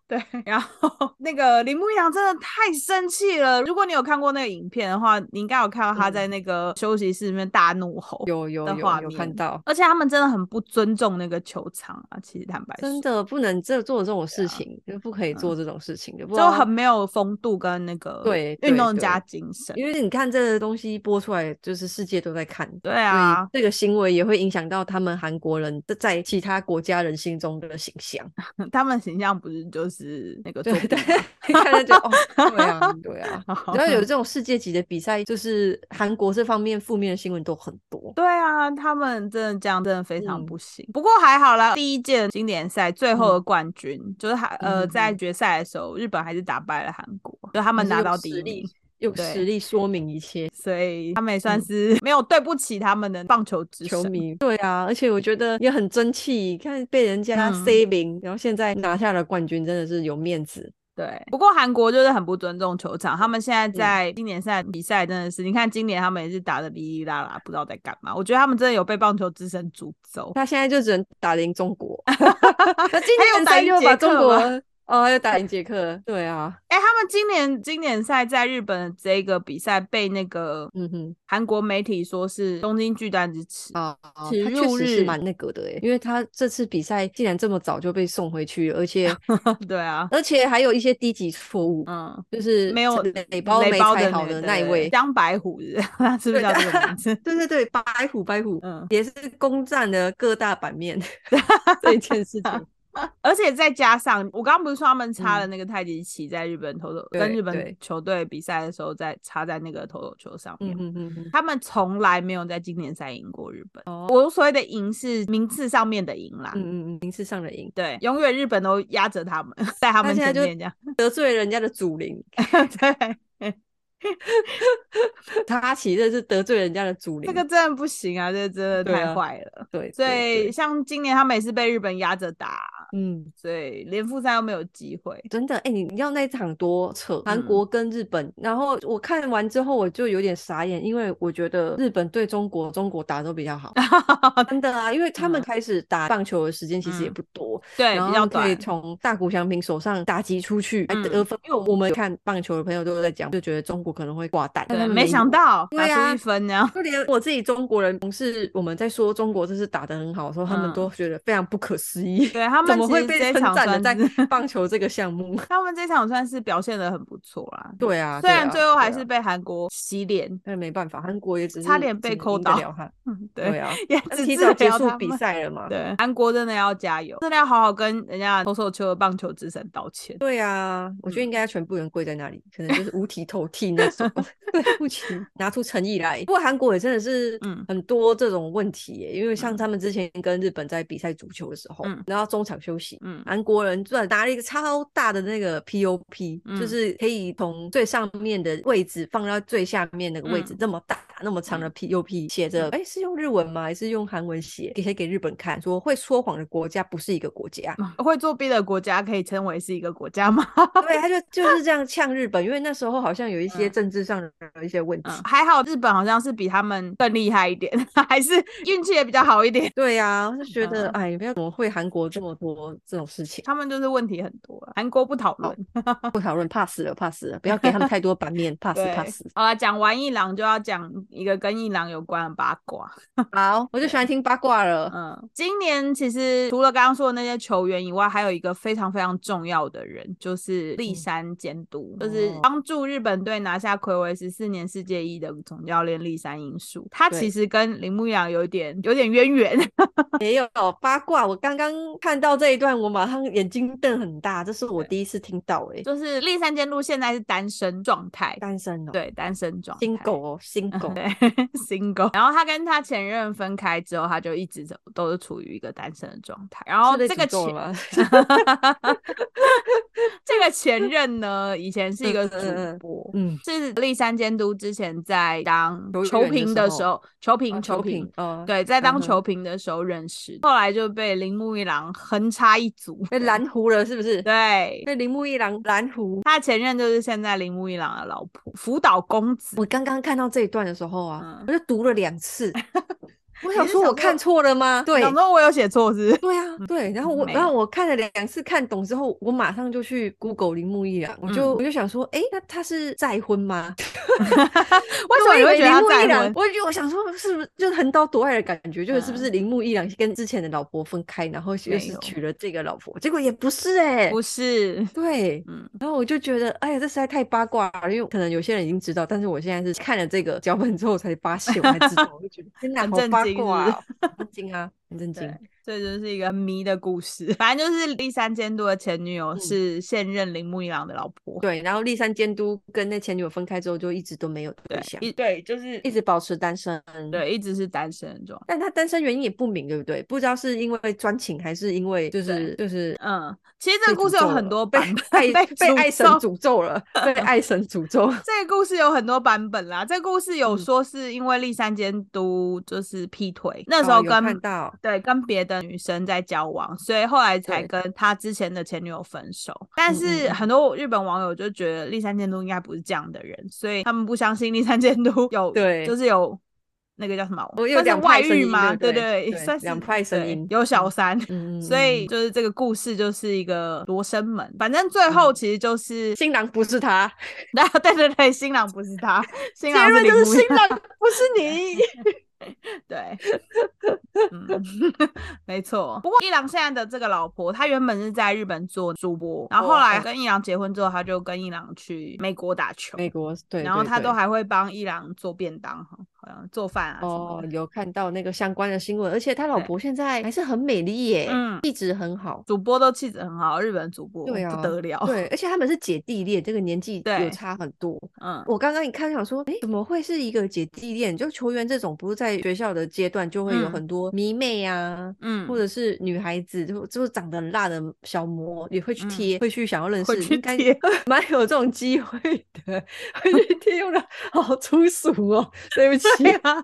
Speaker 1: 对，然后那个铃木一郎真的太生气了。如果你有看过那个影片的话，你应该有看到他在
Speaker 2: 嗯
Speaker 1: 那个休息室里面大怒吼，
Speaker 2: 有有
Speaker 1: 的画
Speaker 2: 有有看
Speaker 1: 面
Speaker 2: 到，
Speaker 1: 而且他们真的很不尊重那个球场啊。其实坦白
Speaker 2: 真
Speaker 1: 说，
Speaker 2: 的不能这做这种事
Speaker 1: 啊
Speaker 2: 情，就不可以做这种事情，就不知
Speaker 1: 就
Speaker 2: 道
Speaker 1: 很没有风度跟那个
Speaker 2: 对
Speaker 1: 运
Speaker 2: 对
Speaker 1: 动
Speaker 2: 对
Speaker 1: 家精神。
Speaker 2: 因为你看这个东西播出来，就是世界都在看，
Speaker 1: 对
Speaker 2: 所
Speaker 1: 啊
Speaker 2: 以，这个行为也会影响到他们韩国人的在其他国家人心中的形象。
Speaker 1: 他们形象不是就是那个
Speaker 2: 对
Speaker 1: 作 弊
Speaker 2: 对
Speaker 1: 吗，
Speaker 2: 一看就觉得哦， 对啊，对啊。
Speaker 1: 好
Speaker 2: 只要有这种世界级的比赛，就是韩国这方面负面的新闻都很多。
Speaker 1: 对啊，他们真的这样真的非常
Speaker 2: 嗯
Speaker 1: 不行。不过还好啦，第一届经典赛最后的冠军、就是还
Speaker 2: 嗯
Speaker 1: 呃
Speaker 2: 嗯
Speaker 1: 在决赛的时候，日本还是打败了韩国，就他
Speaker 2: 他
Speaker 1: 们拿到第一名，
Speaker 2: 用
Speaker 1: 对
Speaker 2: 实力说明一切。
Speaker 1: 所以他们也算
Speaker 2: 嗯
Speaker 1: 是没有对不起他们的棒球之
Speaker 2: 球
Speaker 1: 神。
Speaker 2: 迷对啊，而且我觉得也很争气，看被人家
Speaker 1: 嗯
Speaker 2: C 名、然后现在拿下了冠军，真的是有面子。
Speaker 1: 对，不过韩国就是很不尊重球场，他们现
Speaker 2: 嗯
Speaker 1: 在在经典赛比赛真的是，你看今年他们也是打的哩哩啦啦，不知道在干嘛。我觉得他们真的有被棒球之神诅咒。
Speaker 2: 他现在就只能打赢中 国，那今
Speaker 1: 还有
Speaker 2: 年
Speaker 1: 打
Speaker 2: 赛
Speaker 1: 赢
Speaker 2: 就
Speaker 1: 捷
Speaker 2: 把
Speaker 1: 克
Speaker 2: 中国
Speaker 1: 吗
Speaker 2: 哦，又打赢捷克，对啊，
Speaker 1: 哎、他们今年经典赛在日本的这个比赛被那个
Speaker 2: 嗯哼，
Speaker 1: 韩国媒体说是东京巨蛋之耻，
Speaker 2: 啊，他
Speaker 1: 其实
Speaker 2: 确
Speaker 1: 入
Speaker 2: 实是
Speaker 1: 日
Speaker 2: 蛮那个的欸诶，因为他这次比赛竟然这么早就被送回去， 而且
Speaker 1: 对啊，
Speaker 2: 而且还有一些低级错误，
Speaker 1: 嗯，
Speaker 2: 就是
Speaker 1: 没有嗯
Speaker 2: 嗯垒包没拆好的那一位，啊
Speaker 1: 江白虎 是不是他是不是叫这个名字？
Speaker 2: 对对对，白虎白虎
Speaker 1: 嗯，
Speaker 2: 也是攻占了各大版 面这一件事 情。
Speaker 1: 而且再加上我刚刚不是说他们插了那个太极旗在日本投手、
Speaker 2: 嗯对
Speaker 1: 跟日本
Speaker 2: 对
Speaker 1: 球队比赛的时候在插在那个投手球上面
Speaker 2: 嗯，嗯 嗯嗯，
Speaker 1: 他们从来没有在经典赛赢过日本。我所谓的赢是名次上面的赢啦，
Speaker 2: 哦嗯嗯嗯，名次上的赢，
Speaker 1: 对，永远日本都压着他们， 在他
Speaker 2: 他
Speaker 1: 们
Speaker 2: 现在
Speaker 1: 前
Speaker 2: 就
Speaker 1: 面这样。
Speaker 2: 得罪人家的祖灵，
Speaker 1: 对，
Speaker 2: 他其实是得罪人家的祖灵。
Speaker 1: 这个真的不行啊，这个真的
Speaker 2: 对
Speaker 1: 太
Speaker 2: 啊
Speaker 1: 坏了。
Speaker 2: 对，
Speaker 1: 所
Speaker 2: 对
Speaker 1: 以
Speaker 2: 对
Speaker 1: 像今年他们也是被日本压着打，
Speaker 2: 嗯，
Speaker 1: 所以连复赛都没有机会。
Speaker 2: 真的，哎，你你知道那一场多扯，韩
Speaker 1: 嗯
Speaker 2: 国跟日本，然后我看完之后我就有点傻眼，因为我觉得日本对中国，中国打得都比 较好，真的啊，因为他们
Speaker 1: 嗯
Speaker 2: 开始打棒球的时间其实也
Speaker 1: 嗯
Speaker 2: 不多，
Speaker 1: 对，
Speaker 2: 然后
Speaker 1: 比较
Speaker 2: 他们可以
Speaker 1: 短。
Speaker 2: 从大谷翔平手上打击出去，还哎得
Speaker 1: 嗯
Speaker 2: 分。因为我们看棒球的朋友都在讲，就觉得中国可能会挂蛋，但
Speaker 1: 对，
Speaker 2: 他们
Speaker 1: 没
Speaker 2: 有
Speaker 1: 想。到
Speaker 2: 对
Speaker 1: 打出
Speaker 2: 啊
Speaker 1: 一分呢。
Speaker 2: 就连我自己中国人同事，我们在说中国这次打得很好的时候，他们
Speaker 1: 嗯
Speaker 2: 都觉得非常不可思议，
Speaker 1: 对他
Speaker 2: 怎
Speaker 1: 们
Speaker 2: 么
Speaker 1: 其
Speaker 2: 会
Speaker 1: 实
Speaker 2: 被
Speaker 1: 这一
Speaker 2: 称
Speaker 1: 场
Speaker 2: 赞的
Speaker 1: 算
Speaker 2: 在
Speaker 1: 是
Speaker 2: 棒球这个项目？
Speaker 1: 他们这场算是表现的很不错啦。
Speaker 2: 对啊，
Speaker 1: 虽
Speaker 2: 对
Speaker 1: 然
Speaker 2: 啊
Speaker 1: 最后还
Speaker 2: 对
Speaker 1: 是
Speaker 2: 啊
Speaker 1: 被韩国洗脸，
Speaker 2: 但是没办法，韩国也只
Speaker 1: 差
Speaker 2: 是
Speaker 1: 点被
Speaker 2: 只能
Speaker 1: 扣
Speaker 2: 赢得
Speaker 1: 到
Speaker 2: 了他。
Speaker 1: 嗯，
Speaker 2: 对
Speaker 1: 对，
Speaker 2: 啊，
Speaker 1: 也
Speaker 2: 但
Speaker 1: 只
Speaker 2: 提
Speaker 1: 治
Speaker 2: 早结
Speaker 1: 疗
Speaker 2: 束
Speaker 1: 他
Speaker 2: 比
Speaker 1: 们
Speaker 2: 赛了嘛？
Speaker 1: 对，韩国真的要加油，真的要好好跟人家投手球的棒球之神道歉。
Speaker 2: 对啊，我觉得
Speaker 1: 嗯
Speaker 2: 应该全部人跪在那里，可能就是五体投地那 种。对不起，拿出诚意来。不过韩国也真的是
Speaker 1: 嗯
Speaker 2: 很多这种问题耶，因为像
Speaker 1: 嗯
Speaker 2: 他们之前跟日本在比赛足球的时候，
Speaker 1: 嗯
Speaker 2: 然后中场休息，
Speaker 1: 嗯
Speaker 2: 韩国人突然拿了一个超大的那个 POP，、
Speaker 1: 嗯
Speaker 2: 就是可以从最上面的位置放到最下面那个位置
Speaker 1: 嗯
Speaker 2: 这么大。那么长的皮右皮写着，哎、是用日文吗？还是用韩文写？给以给日本看，说会说谎的国家不是一个国家。
Speaker 1: 会作弊的国家可以称为是一个国家吗？
Speaker 2: 对，他就就是这样呛日本，因为那时候好像有一些
Speaker 1: 嗯
Speaker 2: 政治上的一些问题。
Speaker 1: 嗯， 还好日本好像是比他们更厉害一点， 还是运气也比较好一点。
Speaker 2: 对呀、我就觉得
Speaker 1: 嗯
Speaker 2: 哎，不要怎么会韩国这么多这种事情，
Speaker 1: 他们就是问题很多啊，韩国不
Speaker 2: 哦
Speaker 1: 讨论。
Speaker 2: 不讨论，怕死了，怕死了，不要给他们太多版面，怕死，
Speaker 1: 哦对
Speaker 2: 怕死。
Speaker 1: 好了，讲完一郎就要讲一个跟一郎有关的八卦。
Speaker 2: 好，我就喜欢听八卦了。
Speaker 1: 嗯，今年其实除了刚刚说的那些球员以外，还有一个非常非常重要的人，就是立山监督，就是
Speaker 2: 嗯哦
Speaker 1: 帮助日本队拿下暌违十四年世界一的总教练立山英树。他
Speaker 2: 对
Speaker 1: 其实跟铃木一朗有一点有点渊源。
Speaker 2: 没有八卦，我刚刚看到这一段，我马上眼睛瞪很大，这是我
Speaker 1: 对
Speaker 2: 第一次听到、欸，
Speaker 1: 就是立山监督现在是单身状态，
Speaker 2: 单身哦、
Speaker 1: 对，单身状态。
Speaker 2: 新狗哦，新 狗，
Speaker 1: 对，single。然后他跟他前任分开之后，他就一直都都是处于一个单身的状态。然后
Speaker 2: 是被
Speaker 1: 哦这个
Speaker 2: 诅咒
Speaker 1: 前
Speaker 2: 了吗
Speaker 1: 这个前任呢，以前是一个
Speaker 2: 嗯嗯
Speaker 1: 主
Speaker 2: 嗯
Speaker 1: 播。
Speaker 2: 嗯，
Speaker 1: 是立山监督之前在当
Speaker 2: 球
Speaker 1: 球
Speaker 2: 员的
Speaker 1: 评
Speaker 2: 时
Speaker 1: 的
Speaker 2: 候
Speaker 1: 时候，球
Speaker 2: 啊
Speaker 1: 评球
Speaker 2: 球
Speaker 1: 评
Speaker 2: 评，哦，
Speaker 1: 对，在当
Speaker 2: 嗯哼
Speaker 1: 球评的时候认识，后来就被铃木一郎横插一足。
Speaker 2: 被蓝湖了是不是？
Speaker 1: 对，
Speaker 2: 被铃木一郎蓝湖。
Speaker 1: 他前任就是现在铃木一郎的老婆福岛公子。
Speaker 2: 我刚刚看到这一段的时候啊，
Speaker 1: 嗯
Speaker 2: 我就读了两 次，我想
Speaker 1: 是
Speaker 2: 说我
Speaker 1: 想
Speaker 2: 看
Speaker 1: 说
Speaker 2: 错了吗？对，
Speaker 1: 想说我有写错是不是？
Speaker 2: 对啊，对，然后我，
Speaker 1: 没
Speaker 2: 然后
Speaker 1: 有
Speaker 2: 我看了两次，看懂之后，我马上就去 Google 铃木一朗，我就、
Speaker 1: 嗯
Speaker 2: 我就想说，诶，那他是再婚吗？
Speaker 1: 为什么你
Speaker 2: 我
Speaker 1: 会
Speaker 2: 以
Speaker 1: 觉
Speaker 2: 铃
Speaker 1: 得他
Speaker 2: 木一
Speaker 1: 再
Speaker 2: 朗
Speaker 1: 婚？？
Speaker 2: 我就我想说，是不是就是横刀夺爱的感觉？就是是不
Speaker 1: 嗯
Speaker 2: 是铃木一朗跟之前的老婆分开，然后又
Speaker 1: 没
Speaker 2: 是
Speaker 1: 有
Speaker 2: 娶了这个老婆？结果也不是诶，
Speaker 1: 不是，
Speaker 2: 对，
Speaker 1: 嗯，
Speaker 2: 然后我就觉得，哎呀，这实在太八卦了，因为可能有些人已经知道，但是我现在是看了这个脚本之后才发现，我才知道，我就觉 得天哪，
Speaker 1: 很
Speaker 2: 好
Speaker 1: 震
Speaker 2: 八
Speaker 1: 惊是不
Speaker 2: 卦
Speaker 1: 是
Speaker 2: 啊，很震惊啊，很 震惊
Speaker 1: 对。这就是一个迷的故事。反正就是立山监督的前女友
Speaker 2: 嗯
Speaker 1: 是现任铃木一郎的老婆，
Speaker 2: 对，然后立山监督跟那前女友分开之后，就一直都没有对象，
Speaker 1: 一对就是
Speaker 2: 一直保持单身。，
Speaker 1: 对一直是单身的状态。
Speaker 2: 但他单身原因也不明，对不对？不知道是因为专情，还是因为就是就是
Speaker 1: 嗯，其实
Speaker 2: 被
Speaker 1: 这个故
Speaker 2: 诅
Speaker 1: 事有
Speaker 2: 咒
Speaker 1: 很
Speaker 2: 了
Speaker 1: 多
Speaker 2: 被
Speaker 1: 版
Speaker 2: 被
Speaker 1: 本，被
Speaker 2: 被爱神
Speaker 1: 咒
Speaker 2: 诅咒 了，被爱神诅咒。
Speaker 1: 这个故事有很多版本啦。这个故事有
Speaker 2: 嗯
Speaker 1: 说是因为立山监督就是劈腿，那时候
Speaker 2: 哦有
Speaker 1: 跟、
Speaker 2: 看到
Speaker 1: 对跟别的女生在交往，所以后来才
Speaker 2: 对
Speaker 1: 跟他之前的前女友分手。但
Speaker 2: 嗯
Speaker 1: 是
Speaker 2: 嗯
Speaker 1: 很多日本网友就觉得立山监督应该不是这样的人，所以他们不相信立山监督有
Speaker 2: 对哦
Speaker 1: 就是有。那个叫什么？
Speaker 2: 我有
Speaker 1: 算是
Speaker 2: 两
Speaker 1: 外
Speaker 2: 派声
Speaker 1: 遇
Speaker 2: 音
Speaker 1: 吗？
Speaker 2: 对不
Speaker 1: 对
Speaker 2: 对对
Speaker 1: 算是
Speaker 2: 两派声
Speaker 1: 对
Speaker 2: 音
Speaker 1: 有小
Speaker 2: 嗯
Speaker 1: 三，
Speaker 2: 嗯，嗯
Speaker 1: 所以
Speaker 2: 嗯
Speaker 1: 就是这个故事就是一个罗生门。反正最后
Speaker 2: 嗯
Speaker 1: 其实就是
Speaker 2: 新郎不是他，
Speaker 1: 然后对对对，新郎不是他，新
Speaker 2: 结
Speaker 1: 郎
Speaker 2: 论
Speaker 1: 铃
Speaker 2: 就是
Speaker 1: 木一
Speaker 2: 新 郎不是你。
Speaker 1: 对，嗯，没错。不过伊朗现在的这个老婆，她原本是在日本做主播，然后后
Speaker 2: 哦
Speaker 1: 来
Speaker 2: 哦
Speaker 1: 跟伊朗结婚之后，她就跟伊朗去美国打球，
Speaker 2: 美国对，
Speaker 1: 然后
Speaker 2: 对
Speaker 1: 她都
Speaker 2: 对
Speaker 1: 还会帮伊朗做便当，好好像做饭啊什么
Speaker 2: 哦
Speaker 1: 的。
Speaker 2: 有看到那个相关的新闻，而且他老
Speaker 1: 对
Speaker 2: 婆现在还是很美丽耶，
Speaker 1: 嗯，
Speaker 2: 气质很好。
Speaker 1: 主播都气质很好，日本主播
Speaker 2: 对啊
Speaker 1: 不得了。
Speaker 2: 对，而且他们是姐弟恋，这个年纪有
Speaker 1: 哦对
Speaker 2: 差很多。
Speaker 1: 嗯，
Speaker 2: 我刚刚一看想说，哎，怎么会是一个姐弟恋？就球员这种，不是在学校的阶段就会有
Speaker 1: 嗯
Speaker 2: 很多迷妹啊，
Speaker 1: 嗯，
Speaker 2: 或者是女孩子，就就是长得很辣的小模，也会去
Speaker 1: 嗯
Speaker 2: 贴，会去想要认
Speaker 1: 会
Speaker 2: 识，
Speaker 1: 去
Speaker 2: 应该
Speaker 1: 贴
Speaker 2: 蛮有这种机会的，会去贴。用的好粗俗哦，对不起
Speaker 1: 对啊，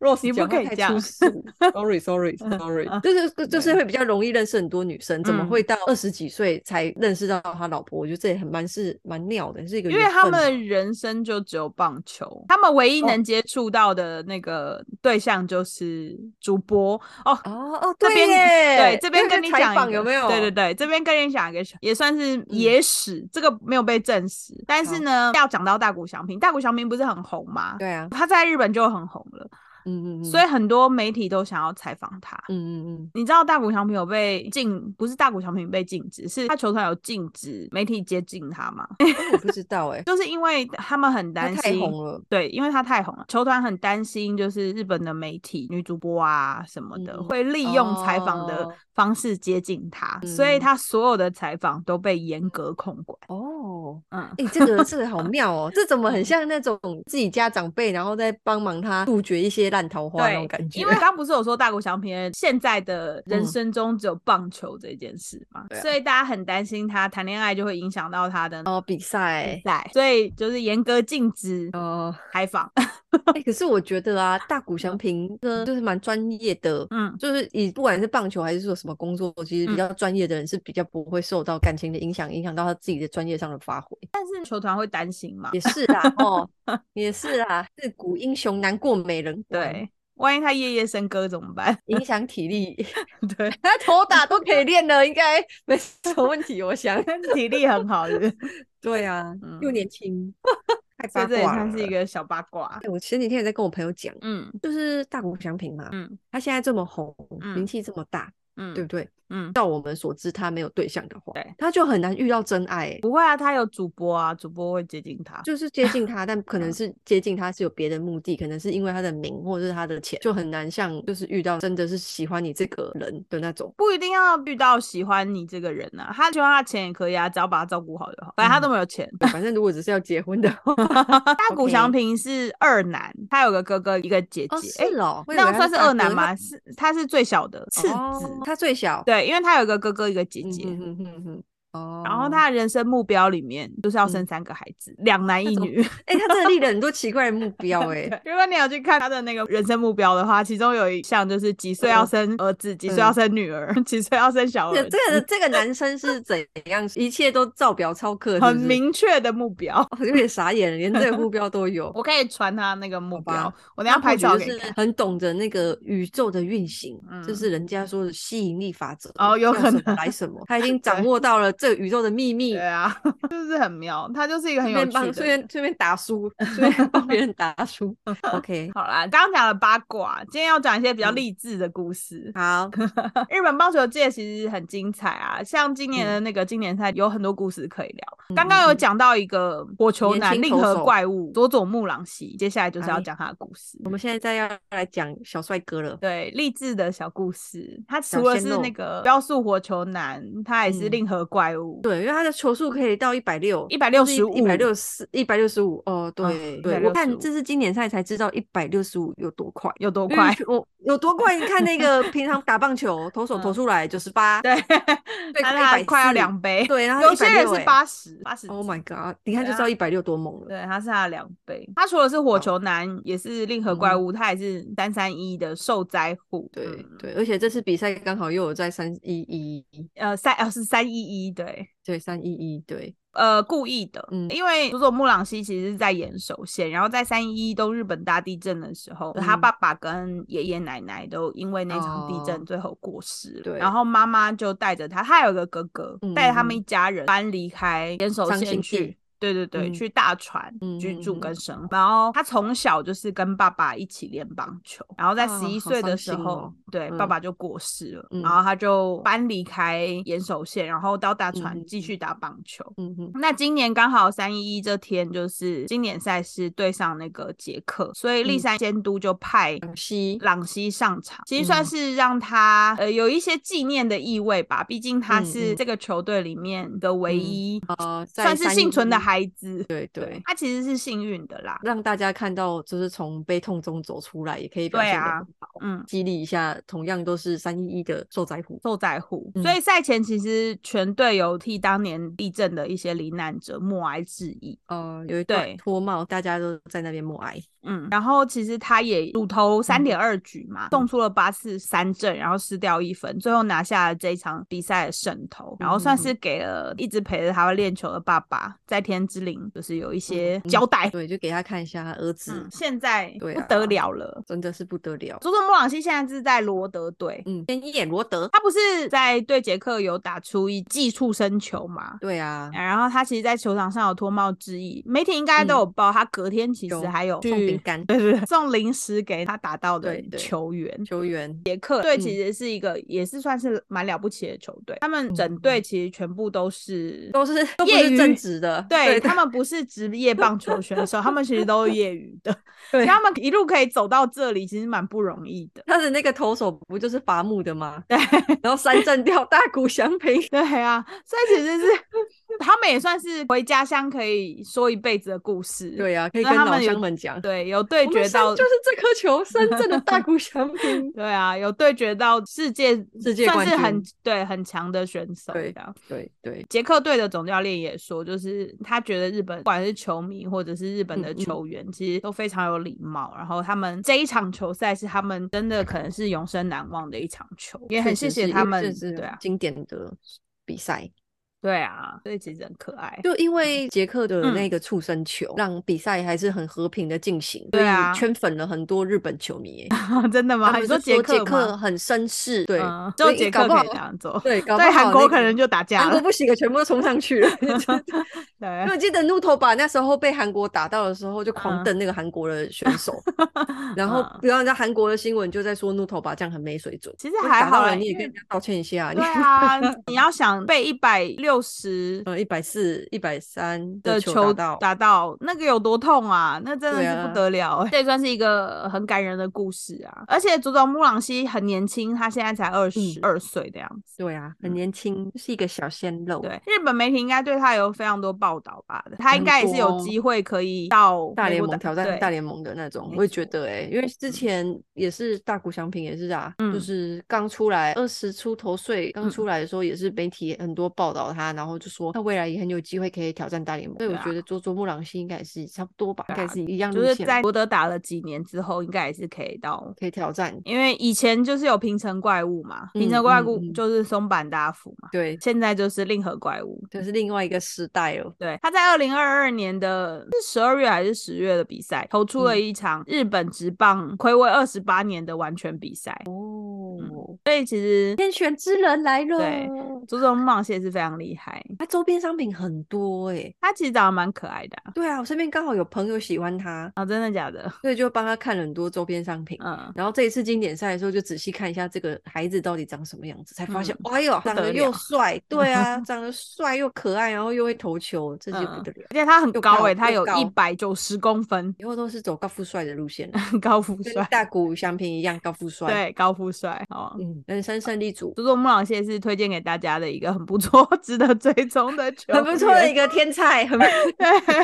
Speaker 2: ，Rose
Speaker 1: 你不
Speaker 2: 讲话
Speaker 1: 可以
Speaker 2: 太
Speaker 1: 这样
Speaker 2: 粗俗，sorry sorry sorry，就是就是会比较容易认识很多女生，怎么
Speaker 1: 嗯
Speaker 2: 会到二十几岁才认识到他老婆？我觉得这也很蛮是蛮妙的，是一个
Speaker 1: 因为
Speaker 2: 缘
Speaker 1: 他
Speaker 2: 分
Speaker 1: 们
Speaker 2: 吧
Speaker 1: 的人生就只有棒球，他们唯一
Speaker 2: 哦
Speaker 1: 能接触到的那个对象就是主播哦。
Speaker 2: 哦哦，
Speaker 1: 这
Speaker 2: 对
Speaker 1: 边
Speaker 2: 耶
Speaker 1: 对这边
Speaker 2: 那个
Speaker 1: 跟你
Speaker 2: 采
Speaker 1: 讲一
Speaker 2: 访
Speaker 1: 个
Speaker 2: 有没有？嗯
Speaker 1: 对对对，这边跟你讲一个小也算是野史，这个没有被证实。但是
Speaker 2: 好
Speaker 1: 呢，要讲到大谷翔平，大谷翔平不是很红吗？
Speaker 2: 嗯对啊，
Speaker 1: 他在日本就很红了，
Speaker 2: 嗯嗯嗯，
Speaker 1: 所以很多媒体都想要采访他。
Speaker 2: 嗯嗯嗯，
Speaker 1: 你知道大谷翔平有被禁，不是大谷翔平被禁止，是他球团有禁止媒体接近他嘛？
Speaker 2: 哦我不知道哎，
Speaker 1: 就是因为他们很
Speaker 2: 他
Speaker 1: 担
Speaker 2: 太
Speaker 1: 心，
Speaker 2: 红了，
Speaker 1: 对，因为她太红了，球团很担心，就是日本的媒体、女主播啊什么的，
Speaker 2: 嗯
Speaker 1: 会利用采访的
Speaker 2: 哦
Speaker 1: 方式接近她，所以
Speaker 2: 嗯
Speaker 1: 她所有的采访都被严格控管。
Speaker 2: 哦。
Speaker 1: 嗯，
Speaker 2: 哎、这个这个 好妙哦，这怎么很像那种自己家长辈，然后再帮忙他杜绝一些烂桃花那种
Speaker 1: 对
Speaker 2: 感，觉？
Speaker 1: 因为刚不是有说大谷翔平现在的人
Speaker 2: 嗯
Speaker 1: 生中只有棒球这件事嘛，
Speaker 2: 对啊
Speaker 1: 所以大家很担心他谈恋爱就会影响到他的
Speaker 2: 哦，比赛
Speaker 1: 比赛，所以就是严格禁止
Speaker 2: 哦，
Speaker 1: 采访。
Speaker 2: 哎、可是我觉得啊，大谷翔平呢，就是蛮专业的。
Speaker 1: 嗯，
Speaker 2: 就是以不管是棒球还是说什么工作，其实比
Speaker 1: 嗯
Speaker 2: 较专业的人是比较不会受到感情的影响，影响到他自己的专业上的发挥。
Speaker 1: 是球团会担心嘛？
Speaker 2: 也是啦， 哦，也是啦，自古英雄难过美人关，
Speaker 1: 对，万一他夜夜笙歌怎么办？
Speaker 2: 影响体力。
Speaker 1: 对，
Speaker 2: 他头打都可以练了，应该 没什么问题，我想。
Speaker 1: 体力很好的，
Speaker 2: 对啊，又
Speaker 1: 嗯
Speaker 2: 年轻，太
Speaker 1: 所
Speaker 2: 八
Speaker 1: 以这也
Speaker 2: 卦
Speaker 1: 算是一
Speaker 2: 了
Speaker 1: 个小八卦。
Speaker 2: 哎我前几天也在跟我朋友讲，
Speaker 1: 嗯
Speaker 2: 就是大谷翔平嘛，
Speaker 1: 嗯
Speaker 2: 他现在这么红，名
Speaker 1: 嗯
Speaker 2: 气这么大，
Speaker 1: 嗯，
Speaker 2: 对不对？
Speaker 1: 嗯，
Speaker 2: 照我们所知，他没有对象的话
Speaker 1: 对，
Speaker 2: 他就很难遇到真爱欸。
Speaker 1: 不会啊，他有主播啊，主播会接近他。
Speaker 2: 就是接近他，但可能是接近他是有别的目的，可能是因为他的名或者是他的钱，就很难像就是遇到真的是喜欢你这个人的那种。
Speaker 1: 不一定要遇到喜欢你这个人呐、啊，他喜欢他钱也可以啊，只要把他照顾好就好。反
Speaker 2: 嗯
Speaker 1: 正他都没 有钱。
Speaker 2: 反正如果只是要结婚的话，
Speaker 1: 大谷
Speaker 2: OK
Speaker 1: 翔平是二男，他有个哥哥一个姐
Speaker 2: 哦，
Speaker 1: 姐。
Speaker 2: 是哦，我以
Speaker 1: 那
Speaker 2: 为
Speaker 1: 样
Speaker 2: 他
Speaker 1: 算是
Speaker 2: 大
Speaker 1: 二男
Speaker 2: 哥
Speaker 1: 吗？？是，他是最小的
Speaker 2: 他
Speaker 1: 次子。
Speaker 2: 哦他最小，
Speaker 1: 对，因为他有一个哥哥一个姐
Speaker 2: 嗯
Speaker 1: 姐。
Speaker 2: 嗯嗯嗯嗯哦，
Speaker 1: 然后他的人生目标里面就是要生
Speaker 2: 嗯
Speaker 1: 三个孩子，两、男一
Speaker 2: 怎么
Speaker 1: 女。
Speaker 2: 哎、他真的立了很多奇怪的目标 哎、
Speaker 1: 对如果你有去看他的那个人生目标的话，其中有一项就是几岁要
Speaker 2: 嗯
Speaker 1: 生儿子，几岁要
Speaker 2: 嗯
Speaker 1: 生女儿， 几岁要生小
Speaker 2: 这
Speaker 1: 儿
Speaker 2: 个
Speaker 1: 子，
Speaker 2: 这个这个男生是怎样？一切都照表操课，是不
Speaker 1: 很
Speaker 2: 是，
Speaker 1: 明确的目标。
Speaker 2: 我有点傻眼了，连这个目标都有。
Speaker 1: 我可以传他那个目
Speaker 2: 好吧
Speaker 1: 标，我等一下
Speaker 2: 他
Speaker 1: 拍
Speaker 2: 或许
Speaker 1: 照
Speaker 2: 就
Speaker 1: 给你
Speaker 2: 是
Speaker 1: 看。
Speaker 2: 很懂得那个宇宙的运行，就
Speaker 1: 嗯
Speaker 2: 是人家说的吸引力法则
Speaker 1: 哦有
Speaker 2: 要
Speaker 1: 可
Speaker 2: 什么
Speaker 1: 能
Speaker 2: 来什么，他已经掌
Speaker 1: 对
Speaker 2: 握到了这个宇宙的秘密
Speaker 1: 对。啊， 就是很妙，他就是一个很
Speaker 2: 顺
Speaker 1: 有
Speaker 2: 便
Speaker 1: 趣
Speaker 2: 帮
Speaker 1: 的
Speaker 2: 顺
Speaker 1: 人。
Speaker 2: 便顺便打 书，顺便帮别人打书。OK，
Speaker 1: 好啦，刚刚讲了八卦，今天要讲一些比较
Speaker 2: 嗯
Speaker 1: 励志的故事。
Speaker 2: 好，
Speaker 1: 日本棒球界其实很精彩啊，像今年
Speaker 2: 嗯
Speaker 1: 的那个经典赛有很多故事可以聊。刚刚有讲到一个火球男
Speaker 2: 年轻
Speaker 1: 令
Speaker 2: 投
Speaker 1: 和
Speaker 2: 手
Speaker 1: 怪物佐佐木朗希，接下来就是要
Speaker 2: 哎
Speaker 1: 讲他的故事。
Speaker 2: 我们现在要来讲小帅哥了。
Speaker 1: 对励志的小故事，他
Speaker 2: 小
Speaker 1: 除了
Speaker 2: 鲜
Speaker 1: 是那
Speaker 2: 肉
Speaker 1: 个标速火球男，他也是
Speaker 2: 嗯
Speaker 1: 令和怪物，
Speaker 2: 对，因为他的球速可以到一百六，
Speaker 1: 165
Speaker 2: 一百六四，一百六十五。
Speaker 1: 啊
Speaker 2: 哦，对、对，我看
Speaker 1: 165
Speaker 2: 这是今年赛才知道一百六十五有多快，
Speaker 1: 有多
Speaker 2: 因为
Speaker 1: 快？
Speaker 2: 我有多快？你看那个平常打棒球，投手投
Speaker 1: 嗯
Speaker 2: 出来九十八，
Speaker 1: 对，
Speaker 2: 对
Speaker 1: 他
Speaker 2: 快
Speaker 1: 他
Speaker 2: 140
Speaker 1: 快要两倍，
Speaker 2: 对，然后
Speaker 1: 有
Speaker 2: 一
Speaker 1: 些
Speaker 2: 百
Speaker 1: 人
Speaker 2: 六哎
Speaker 1: 是。八十，八十。
Speaker 2: Oh my god！你看就
Speaker 1: 对
Speaker 2: 知道
Speaker 1: 啊
Speaker 2: 一百六多猛了。
Speaker 1: 对，他是他的两倍。他除了是火
Speaker 2: 好
Speaker 1: 球男，也是令和
Speaker 2: 嗯
Speaker 1: 怪
Speaker 2: 哼
Speaker 1: 物，他也是三三一的受灾户。
Speaker 2: 对
Speaker 1: 嗯
Speaker 2: 对，而且这次比赛刚好又有在三一一，
Speaker 1: 呃，三呃是三一一，对，
Speaker 2: 对三一一，对，
Speaker 1: 呃，故意的，
Speaker 2: 嗯
Speaker 1: 因为佐佐木朗希其实是在岩手县，然后在三一一东日本大地震的时候，他
Speaker 2: 嗯
Speaker 1: 爸爸跟爷爷奶奶都因为那场地震
Speaker 2: 哦
Speaker 1: 最后过世了，
Speaker 2: 对
Speaker 1: 然后妈妈就带着他，他有个哥哥，带着他们
Speaker 2: 嗯
Speaker 1: 一家人搬离开岩手
Speaker 2: 伤
Speaker 1: 县
Speaker 2: 心
Speaker 1: 去
Speaker 2: 地。
Speaker 1: 对对对，
Speaker 2: 嗯
Speaker 1: 去大船
Speaker 2: 嗯
Speaker 1: 居
Speaker 2: 嗯
Speaker 1: 住
Speaker 2: 嗯
Speaker 1: 跟生活，然后他从小就是跟爸爸一起练棒球，然后在
Speaker 2: 啊
Speaker 1: 十一
Speaker 2: 好
Speaker 1: 岁
Speaker 2: 伤
Speaker 1: 的时
Speaker 2: 心
Speaker 1: 候，
Speaker 2: 哦
Speaker 1: 对，爸
Speaker 2: 嗯
Speaker 1: 爸就过世了，
Speaker 2: 嗯
Speaker 1: 然后他就搬离开岩手县，然后到大船
Speaker 2: 嗯
Speaker 1: 继续打棒球。
Speaker 2: 嗯哼，
Speaker 1: 那今年刚好三一一这天就是经典赛事对上那个捷克，所以立
Speaker 2: 嗯
Speaker 1: 山监督就派
Speaker 2: 港西，
Speaker 1: 朗西上场，其实算
Speaker 2: 嗯
Speaker 1: 是让他、呃有一些纪念的意味吧，毕竟他
Speaker 2: 嗯
Speaker 1: 是
Speaker 2: 嗯
Speaker 1: 这个球队里面的唯
Speaker 2: 嗯
Speaker 1: 一、
Speaker 2: 呃，在
Speaker 1: 算是幸存的
Speaker 2: 311
Speaker 1: 孩子。
Speaker 2: 对对，
Speaker 1: 他其实是幸运的啦。
Speaker 2: 让大家看到就是从悲痛中走出来，也可以表
Speaker 1: 对
Speaker 2: 现得
Speaker 1: 啊
Speaker 2: 很好，
Speaker 1: 嗯，
Speaker 2: 激励一下同样都是三一一的受灾户。
Speaker 1: 受灾户，
Speaker 2: 嗯
Speaker 1: 所以赛前其实全队有替当年地震的一些罹难者默哀致意。
Speaker 2: 呃，有一
Speaker 1: 对
Speaker 2: 段脱帽，大家都在那边默哀。
Speaker 1: 嗯，然后其实他也主投
Speaker 2: 嗯
Speaker 1: 三点二局嘛，送出了八次三振，然后失掉一分，最后拿下了这一场比赛的胜投，然后
Speaker 2: 嗯
Speaker 1: 算是给了一直陪着他练球的爸爸在天之灵，就是有一些
Speaker 2: 嗯
Speaker 1: 交代。
Speaker 2: 对，就给他看一下他儿子，
Speaker 1: 嗯，现在
Speaker 2: 对
Speaker 1: 不
Speaker 2: 啊
Speaker 1: 得了了。
Speaker 2: 真的是不得了。
Speaker 1: 佐佐木朗希现在是在罗德队，
Speaker 2: 嗯，先演罗德。
Speaker 1: 他不是在对捷克有打出一技术生球吗？
Speaker 2: 对啊，
Speaker 1: 然后他其实，在球场上有脱帽致意，媒体应该都有报。他隔天其实
Speaker 2: 嗯有
Speaker 1: 还有
Speaker 2: 送饼
Speaker 1: 去
Speaker 2: 干
Speaker 1: 对对对送零食给他打到的
Speaker 2: 对对
Speaker 1: 球员。
Speaker 2: 球员。
Speaker 1: 客队其
Speaker 2: 嗯
Speaker 1: 实是一个，也是算是蛮了不起的球队。他们整
Speaker 2: 嗯
Speaker 1: 队其实全部都是
Speaker 2: 都是都不
Speaker 1: 业
Speaker 2: 是
Speaker 1: 余
Speaker 2: 正职的，
Speaker 1: 对
Speaker 2: 对
Speaker 1: 他们不是职业棒球选手，他们其实都是业余的。
Speaker 2: 对
Speaker 1: 他们一路可以走到这里，其实蛮不容易的。
Speaker 2: 他的那个投手不就是伐木的吗？
Speaker 1: 对
Speaker 2: 然后三振掉大谷翔平，
Speaker 1: 对啊，所以其实是 他们们也算是回家乡可以说一辈子的故事。
Speaker 2: 对呀、可以
Speaker 1: 那
Speaker 2: 跟
Speaker 1: 他
Speaker 2: 老
Speaker 1: 们有
Speaker 2: 乡们讲，
Speaker 1: 对，有对
Speaker 2: 我们
Speaker 1: 决
Speaker 2: 山
Speaker 1: 到。
Speaker 2: 就是这颗球，深圳的大谷翔平
Speaker 1: 对啊，有对决到世界
Speaker 2: 世界
Speaker 1: 算
Speaker 2: 冠
Speaker 1: 是很
Speaker 2: 军
Speaker 1: 对很强的选手。
Speaker 2: 对
Speaker 1: 的，
Speaker 2: 对对，
Speaker 1: 捷克队的总教练也说，就是他觉得日本不管是球迷或者是日本的
Speaker 2: 嗯嗯
Speaker 1: 球员，其实都非常有礼貌。然后他们这一场球赛是他们真的可能是永生难忘的一场球，也很
Speaker 2: 确
Speaker 1: 谢
Speaker 2: 实
Speaker 1: 谢
Speaker 2: 是因
Speaker 1: 他
Speaker 2: 为
Speaker 1: 们
Speaker 2: 这。是
Speaker 1: 对啊，
Speaker 2: 经典的比赛，
Speaker 1: 对啊，所以其实很可爱。
Speaker 2: 就因为捷克的
Speaker 1: 嗯
Speaker 2: 那个触生球，让比赛还是很和平的进行，所
Speaker 1: 对
Speaker 2: 以
Speaker 1: 啊
Speaker 2: 圈粉了很多日本球迷 耶。
Speaker 1: 真的
Speaker 2: 他
Speaker 1: 吗？
Speaker 2: 们
Speaker 1: 你
Speaker 2: 就
Speaker 1: 捷
Speaker 2: 说
Speaker 1: 克
Speaker 2: 捷
Speaker 1: 吗？
Speaker 2: 很绅士，对，
Speaker 1: 嗯，只
Speaker 2: 所
Speaker 1: 有
Speaker 2: 以
Speaker 1: 捷
Speaker 2: 搞
Speaker 1: 克
Speaker 2: 不
Speaker 1: 可
Speaker 2: 好
Speaker 1: 以这样做。
Speaker 2: 对，搞不
Speaker 1: 在
Speaker 2: 好
Speaker 1: 韩国
Speaker 2: 那
Speaker 1: 可
Speaker 2: 个
Speaker 1: 能就打架
Speaker 2: 韩
Speaker 1: 了
Speaker 2: 国。不行了，全部都冲上 去了。 因为
Speaker 1: 对，
Speaker 2: 我记得怒头把那时候被韩国打到的时候，就狂
Speaker 1: 嗯
Speaker 2: 瞪那个韩国的选 手，然后
Speaker 1: 嗯
Speaker 2: 不要在韩国的新闻就在说怒头把这样很没水准。
Speaker 1: 其实
Speaker 2: 就
Speaker 1: 还
Speaker 2: 打到
Speaker 1: 好
Speaker 2: 了
Speaker 1: 啦
Speaker 2: 你也
Speaker 1: 因
Speaker 2: 跟
Speaker 1: 为
Speaker 2: 人家道歉一下。你
Speaker 1: 对啊，你要想被一百六十
Speaker 2: 呃，一百四、一百三
Speaker 1: 的
Speaker 2: 球
Speaker 1: 球
Speaker 2: 打到，
Speaker 1: 打到，那个有多痛啊？那真的
Speaker 2: 对
Speaker 1: 是
Speaker 2: 啊
Speaker 1: 不得了、欸，这也算是一个很感人的故事啊。而且佐佐木朗希很年轻，他现在才二十二岁的样子。
Speaker 2: 对啊，
Speaker 1: 嗯
Speaker 2: 很年轻，就是一个小鲜肉。
Speaker 1: 对，日本媒体应该对他有非常多报道吧？他应该也是有
Speaker 2: 很多
Speaker 1: 机会可以到
Speaker 2: 大
Speaker 1: 美
Speaker 2: 联
Speaker 1: 国
Speaker 2: 盟
Speaker 1: 打
Speaker 2: 挑战
Speaker 1: 对
Speaker 2: 大联盟的那种，
Speaker 1: 没
Speaker 2: 我也觉
Speaker 1: 错
Speaker 2: 得哎、因为之前也是大谷翔平也是啊，
Speaker 1: 嗯
Speaker 2: 就是刚出来二十出头岁，刚
Speaker 1: 嗯
Speaker 2: 出来的时候也是媒体很多报道他，然后就说他未来也很有机会可以挑战大联盟，所以我
Speaker 1: 对啊啊
Speaker 2: 觉得佐佐木朗希应该也是差不多吧，应该是一样
Speaker 1: 就
Speaker 2: 路
Speaker 1: 是
Speaker 2: 线
Speaker 1: 在博德打了几年之后，应该也是可以到。
Speaker 2: 可以挑战，
Speaker 1: 因为以前就是有平成怪物嘛，平
Speaker 2: 嗯
Speaker 1: 成怪
Speaker 2: 嗯
Speaker 1: 物
Speaker 2: 嗯
Speaker 1: 就是松坂大辅嘛，
Speaker 2: 对，
Speaker 1: 现在就是令和怪物，
Speaker 2: 这是另外一个时代哦。
Speaker 1: 对，他在二零二二年的是十二月还是十月的比赛，投出了
Speaker 2: 嗯
Speaker 1: 一场日本职棒暌违二十八年的完全比赛。
Speaker 2: 哦，
Speaker 1: 所以其实
Speaker 2: 天选之人来了，
Speaker 1: 嗯对佐佐木朗希也是非常厉害，
Speaker 2: 他周边商品很多哎、
Speaker 1: 他其实长得蛮可爱的啊
Speaker 2: 对啊，我身边刚好有朋友喜欢他，
Speaker 1: 啊真的假的？
Speaker 2: 所以就帮他看了很多周边商品。
Speaker 1: 嗯，
Speaker 2: 然后这一次经典赛的时候，就仔细看一下这个孩子到底长什么样子，才发现，哎呦，长
Speaker 1: 嗯得
Speaker 2: 得
Speaker 1: 了
Speaker 2: 又帅，对 啊，长得帅又可爱，然后又会投球，这些不
Speaker 1: 嗯
Speaker 2: 得了。
Speaker 1: 而且他很
Speaker 2: 又
Speaker 1: 高
Speaker 2: 高
Speaker 1: 诶、他有
Speaker 2: 又
Speaker 1: 一
Speaker 2: 高
Speaker 1: 百九十公分，
Speaker 2: 以后都是走高富帅的路线 了，
Speaker 1: 高富
Speaker 2: 跟
Speaker 1: 帅，
Speaker 2: 大谷翔平一样高富帅。，
Speaker 1: 对，高富帅，哦好吧。
Speaker 2: 嗯，人生胜利组，
Speaker 1: 佐佐木朗希也是推荐给大家的一个很不错、值得追踪的球员，
Speaker 2: 很不错的一个天菜，很
Speaker 1: 对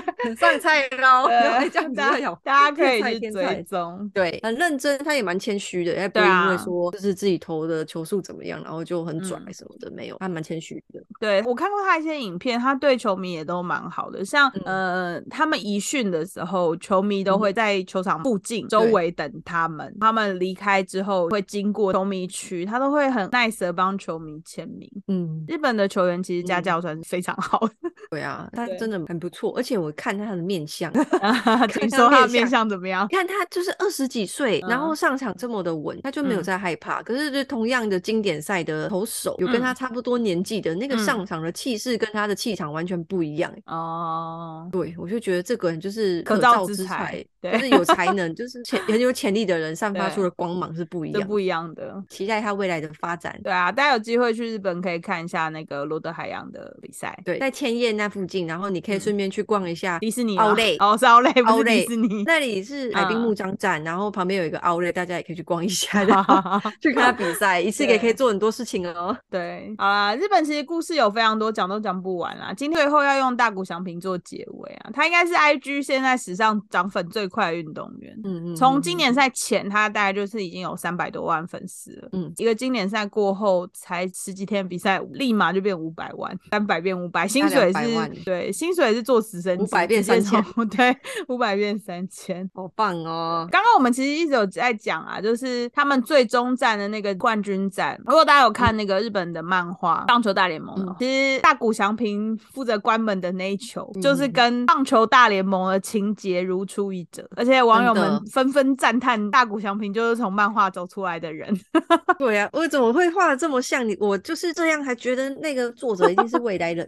Speaker 2: 很上菜喽。
Speaker 1: 对
Speaker 2: 这样子
Speaker 1: 大
Speaker 2: 哎呦
Speaker 1: 大家可
Speaker 2: 天
Speaker 1: 以
Speaker 2: 菜
Speaker 1: 去
Speaker 2: 天菜
Speaker 1: 追踪。
Speaker 2: 对，很认真，他也蛮谦虚的，哎，不
Speaker 1: 对
Speaker 2: 会因
Speaker 1: 啊
Speaker 2: 为说就是自己投的球速怎么样，然后就很拽
Speaker 1: 嗯
Speaker 2: 什么的，没有，他蛮谦虚的。
Speaker 1: 对我看过他一些影片，他对球迷也都蛮好的。像、呃，他们一训的时候，球迷都
Speaker 2: 嗯
Speaker 1: 会在球场附近、周
Speaker 2: 对
Speaker 1: 围等他们。他们离开之后，会经过球迷区，他都会很 nice 的帮球迷签名。
Speaker 2: 嗯，
Speaker 1: 日本的球员其实家
Speaker 2: 嗯
Speaker 1: 教算是非常好 的。
Speaker 2: 对啊，他
Speaker 1: 对
Speaker 2: 真的很不错，而且我看他的面相，
Speaker 1: 听
Speaker 2: 看他
Speaker 1: 说他的
Speaker 2: 面
Speaker 1: 面
Speaker 2: 相
Speaker 1: 相怎么样？
Speaker 2: 你看他就是二十几岁，然后上场这么的稳，他就没有
Speaker 1: 嗯
Speaker 2: 在害怕。可是就同样的经典赛的投手，有跟他差不多年纪的、那个
Speaker 1: 嗯
Speaker 2: 上场的气势跟他的气场完全不一样、欸
Speaker 1: 哦，
Speaker 2: 对，我就觉得这个人就是
Speaker 1: 可造
Speaker 2: 造
Speaker 1: 之
Speaker 2: 之
Speaker 1: 材
Speaker 2: 才，
Speaker 1: 对
Speaker 2: 就是有 才能，就是潜很有潜力的人散发出
Speaker 1: 对
Speaker 2: 的光芒是不一
Speaker 1: 这
Speaker 2: 样
Speaker 1: 不
Speaker 2: 的。
Speaker 1: 一样的。
Speaker 2: 期待他未来的发展。
Speaker 1: 对啊，大家有机会去日本可以看一下那个罗德海洋的比赛，
Speaker 2: 对，在千叶那附近，然后你可以
Speaker 1: 嗯
Speaker 2: 顺便去逛一下
Speaker 1: 迪士尼
Speaker 2: 奥
Speaker 1: 吗
Speaker 2: 莱
Speaker 1: 哦，是奥莱，不是迪
Speaker 2: Outlet
Speaker 1: 士尼。
Speaker 2: 那里是海滨
Speaker 1: 嗯
Speaker 2: 木章站，然后旁边有一个奥莱，大家也可以去逛一下， 然后去看他比赛，一次也可
Speaker 1: 对
Speaker 2: 以做很多事情哦。
Speaker 1: 对，好啦，日本其实故事有非常多，讲都讲不完啦。今天最后要用大谷翔平做结尾啊，他应该是 IG 现在史上涨粉最快的运动员。
Speaker 2: 嗯嗯，
Speaker 1: 从
Speaker 2: 嗯
Speaker 1: 经
Speaker 2: 嗯
Speaker 1: 典赛前，他大概就是已经有三百多万粉丝了。
Speaker 2: 嗯
Speaker 1: 一个经典赛过后，才十几天比赛，立马就变五百万，三百变五百，薪水
Speaker 2: 200万
Speaker 1: 是，对，薪水是坐直升机，
Speaker 2: 500变
Speaker 1: 直接
Speaker 2: 3000
Speaker 1: 从， 对，五百变三千。
Speaker 2: 好棒 哦。
Speaker 1: 刚刚我们其实一直有在讲啊，就是他们最终战的那个冠军战。如果大家有看那个日本的漫画《棒球大联盟》的话，
Speaker 2: 嗯
Speaker 1: 其实大谷翔平负责关门的那一球，
Speaker 2: 嗯
Speaker 1: 就是跟棒球大联盟的情节如出一辙。而且网友
Speaker 2: 真的
Speaker 1: 们纷纷赞叹大谷翔平就是从漫画走出来的人。
Speaker 2: 对啊，我怎么会画的这么像你？我就是这样，还觉得那个作者一定是未来人，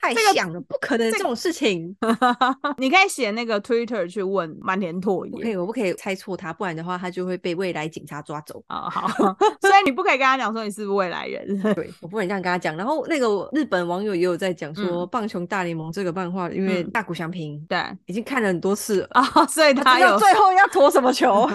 Speaker 2: 太
Speaker 1: 这个
Speaker 2: 像了，不可能这种事情。
Speaker 1: 你可以写那个 Twitter 去问满田拓
Speaker 2: 不可以，
Speaker 1: 也。
Speaker 2: 我不可以猜错他，不然的话他就会被未来警察抓走。
Speaker 1: 啊、好， 所以你不可以跟他讲说你是未来人，
Speaker 2: 对，我不能这样跟他讲。然后那个日本网友也有在讲说，
Speaker 1: 嗯
Speaker 2: 棒球大联盟》这个漫画，因为
Speaker 1: 嗯
Speaker 2: 大谷翔平
Speaker 1: 对
Speaker 2: 已经看了很多次了，
Speaker 1: 啊、所以
Speaker 2: 他
Speaker 1: 他
Speaker 2: 知道
Speaker 1: 有
Speaker 2: 最后要投什么球。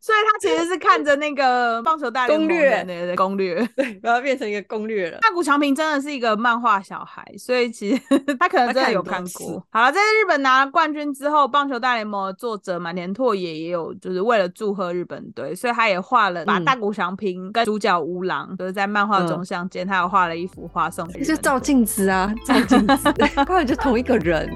Speaker 1: 所以他其实是看着那个个棒球大联
Speaker 2: 攻
Speaker 1: 盟
Speaker 2: 略
Speaker 1: 的那个攻略。
Speaker 2: 对，把它变成一个攻略了。
Speaker 1: 大谷翔平真的是一个漫画小孩，所以其实他可能真的有
Speaker 2: 他
Speaker 1: 看
Speaker 2: 看很多
Speaker 1: 过。好了，在日本拿了冠军之后，棒球大联盟的作者满田拓也也有就是为了祝贺日本队，所以他也画了把
Speaker 2: 嗯
Speaker 1: 大谷翔平跟主角吴郎就是在漫画中相见，他有画了一幅画送给日
Speaker 2: 就
Speaker 1: 本队。
Speaker 2: 照镜子啊，照镜 子，根本就同一个人。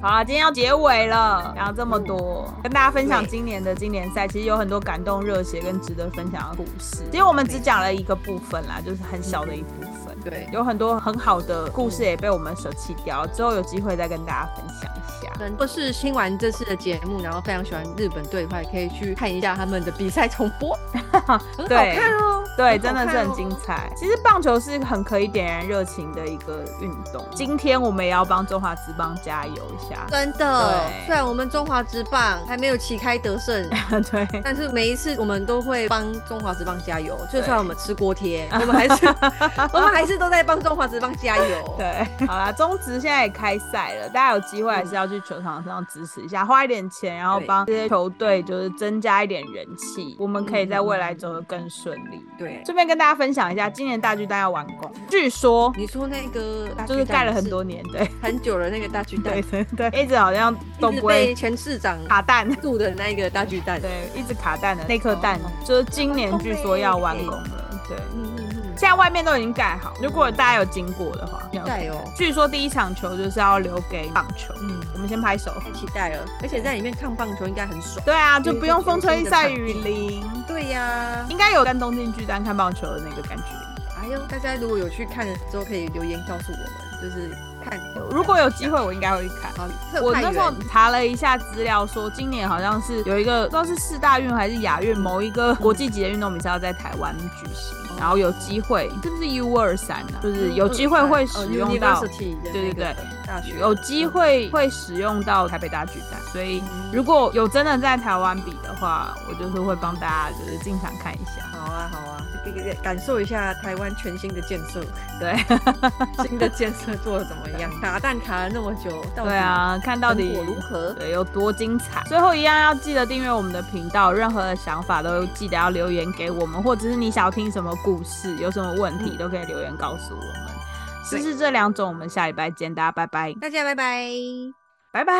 Speaker 1: 好啦，今天要结尾了，讲了这么多，
Speaker 2: 嗯
Speaker 1: 跟大家分享
Speaker 2: 对
Speaker 1: 今年的经典赛，其实有很多感动、热血跟值得分享的故事。其实我们只讲了一个部分啦，就是很小的一部分。
Speaker 2: 对，
Speaker 1: 有很多很好的故事也被我们舍弃掉，之后有机会再跟大家分享一下。
Speaker 2: 如果是听完这次的节目，然后非常喜欢日本队的话，也可以去看一下他们的比赛重 播，很好
Speaker 1: 对
Speaker 2: 看哦。很好
Speaker 1: 对，真的是
Speaker 2: 看
Speaker 1: 很
Speaker 2: 哦
Speaker 1: 精彩。其实棒球是很可以点燃热情的一个运动。今天我们也要帮中华职棒加油一下。
Speaker 2: 真的，
Speaker 1: 对
Speaker 2: 虽然我们中华职棒还没有旗开得 胜，
Speaker 1: 对，
Speaker 2: 但是每一次我们都会帮中华职棒加油。就
Speaker 1: 对
Speaker 2: 算我们吃锅 贴，我们还是我们还是都在帮中华职棒加油。
Speaker 1: 对，好啦，中职现在也开赛了，大家有机会还是要去球场上支持一下，花一点钱，然后
Speaker 2: 嗯对
Speaker 1: 帮这些球队就是增加一点人气，我们可以在未来走得更顺利。
Speaker 2: 对，
Speaker 1: 顺便跟大家分享一下，今年大巨蛋要完工，据说
Speaker 2: 你说那个大
Speaker 1: 就是
Speaker 2: 巨蛋
Speaker 1: 盖了很多年，对。
Speaker 2: 是很久了，那个大巨蛋
Speaker 1: 对对对，一直好像都
Speaker 2: 一直
Speaker 1: 不
Speaker 2: 被
Speaker 1: 会
Speaker 2: 前市长
Speaker 1: 卡蛋，
Speaker 2: 住的那个大巨蛋。
Speaker 1: 对，一直卡蛋的那颗蛋
Speaker 2: 哦，
Speaker 1: 就是今年据说要完工了，对。
Speaker 2: 嗯嗯嗯，
Speaker 1: 现在外面都已经盖好，如果大家有经过的话，
Speaker 2: 期待哦，
Speaker 1: 据说第一场球就是要留给棒球，
Speaker 2: 嗯，
Speaker 1: 我们先拍手。
Speaker 2: 太期待了，而且在里面看棒球应该很爽。
Speaker 1: 对啊，就不用风吹晒雨淋，
Speaker 2: 对呀、
Speaker 1: 应该有跟东京巨蛋看棒球的那个感觉。
Speaker 2: 哎呦，大家如果有去看的时候，可以留言告诉我们，就是看。
Speaker 1: 如果有机会，我应该会去看。
Speaker 2: 好，特
Speaker 1: 我
Speaker 2: 派
Speaker 1: 那时候
Speaker 2: 员
Speaker 1: 查了一下资料说今年好像是有一个不知道是四大运还是亚运某一个国际级的运动比赛要在台湾举行，然后有机会是不是 U 二三啊？就是有机会会使用
Speaker 2: 哦
Speaker 1: 到，
Speaker 2: ，University 的
Speaker 1: 对对
Speaker 2: 那个
Speaker 1: 对
Speaker 2: 大学
Speaker 1: 有机会会使用到台北大巨蛋，所以如果有真的在台湾比的话，我就是会帮大家就是进场看一下。
Speaker 2: 好啊好啊，给给给感受一下台湾全新的建设，
Speaker 1: 对
Speaker 2: 新的建设做的怎么样？卡蛋卡了那么久，到底
Speaker 1: 对，啊，看到底
Speaker 2: 成果如何？
Speaker 1: 对，有多精彩。最后一样要记得订阅我们的频道，任何的想法都记得要留言给我们，或者是你想要听什么故事，有什么问题、
Speaker 2: 嗯
Speaker 1: 都可以留言告诉我们。试
Speaker 2: 对
Speaker 1: 试这两种，我们下礼拜见，大家拜拜，
Speaker 2: 大家拜拜。
Speaker 1: 拜拜。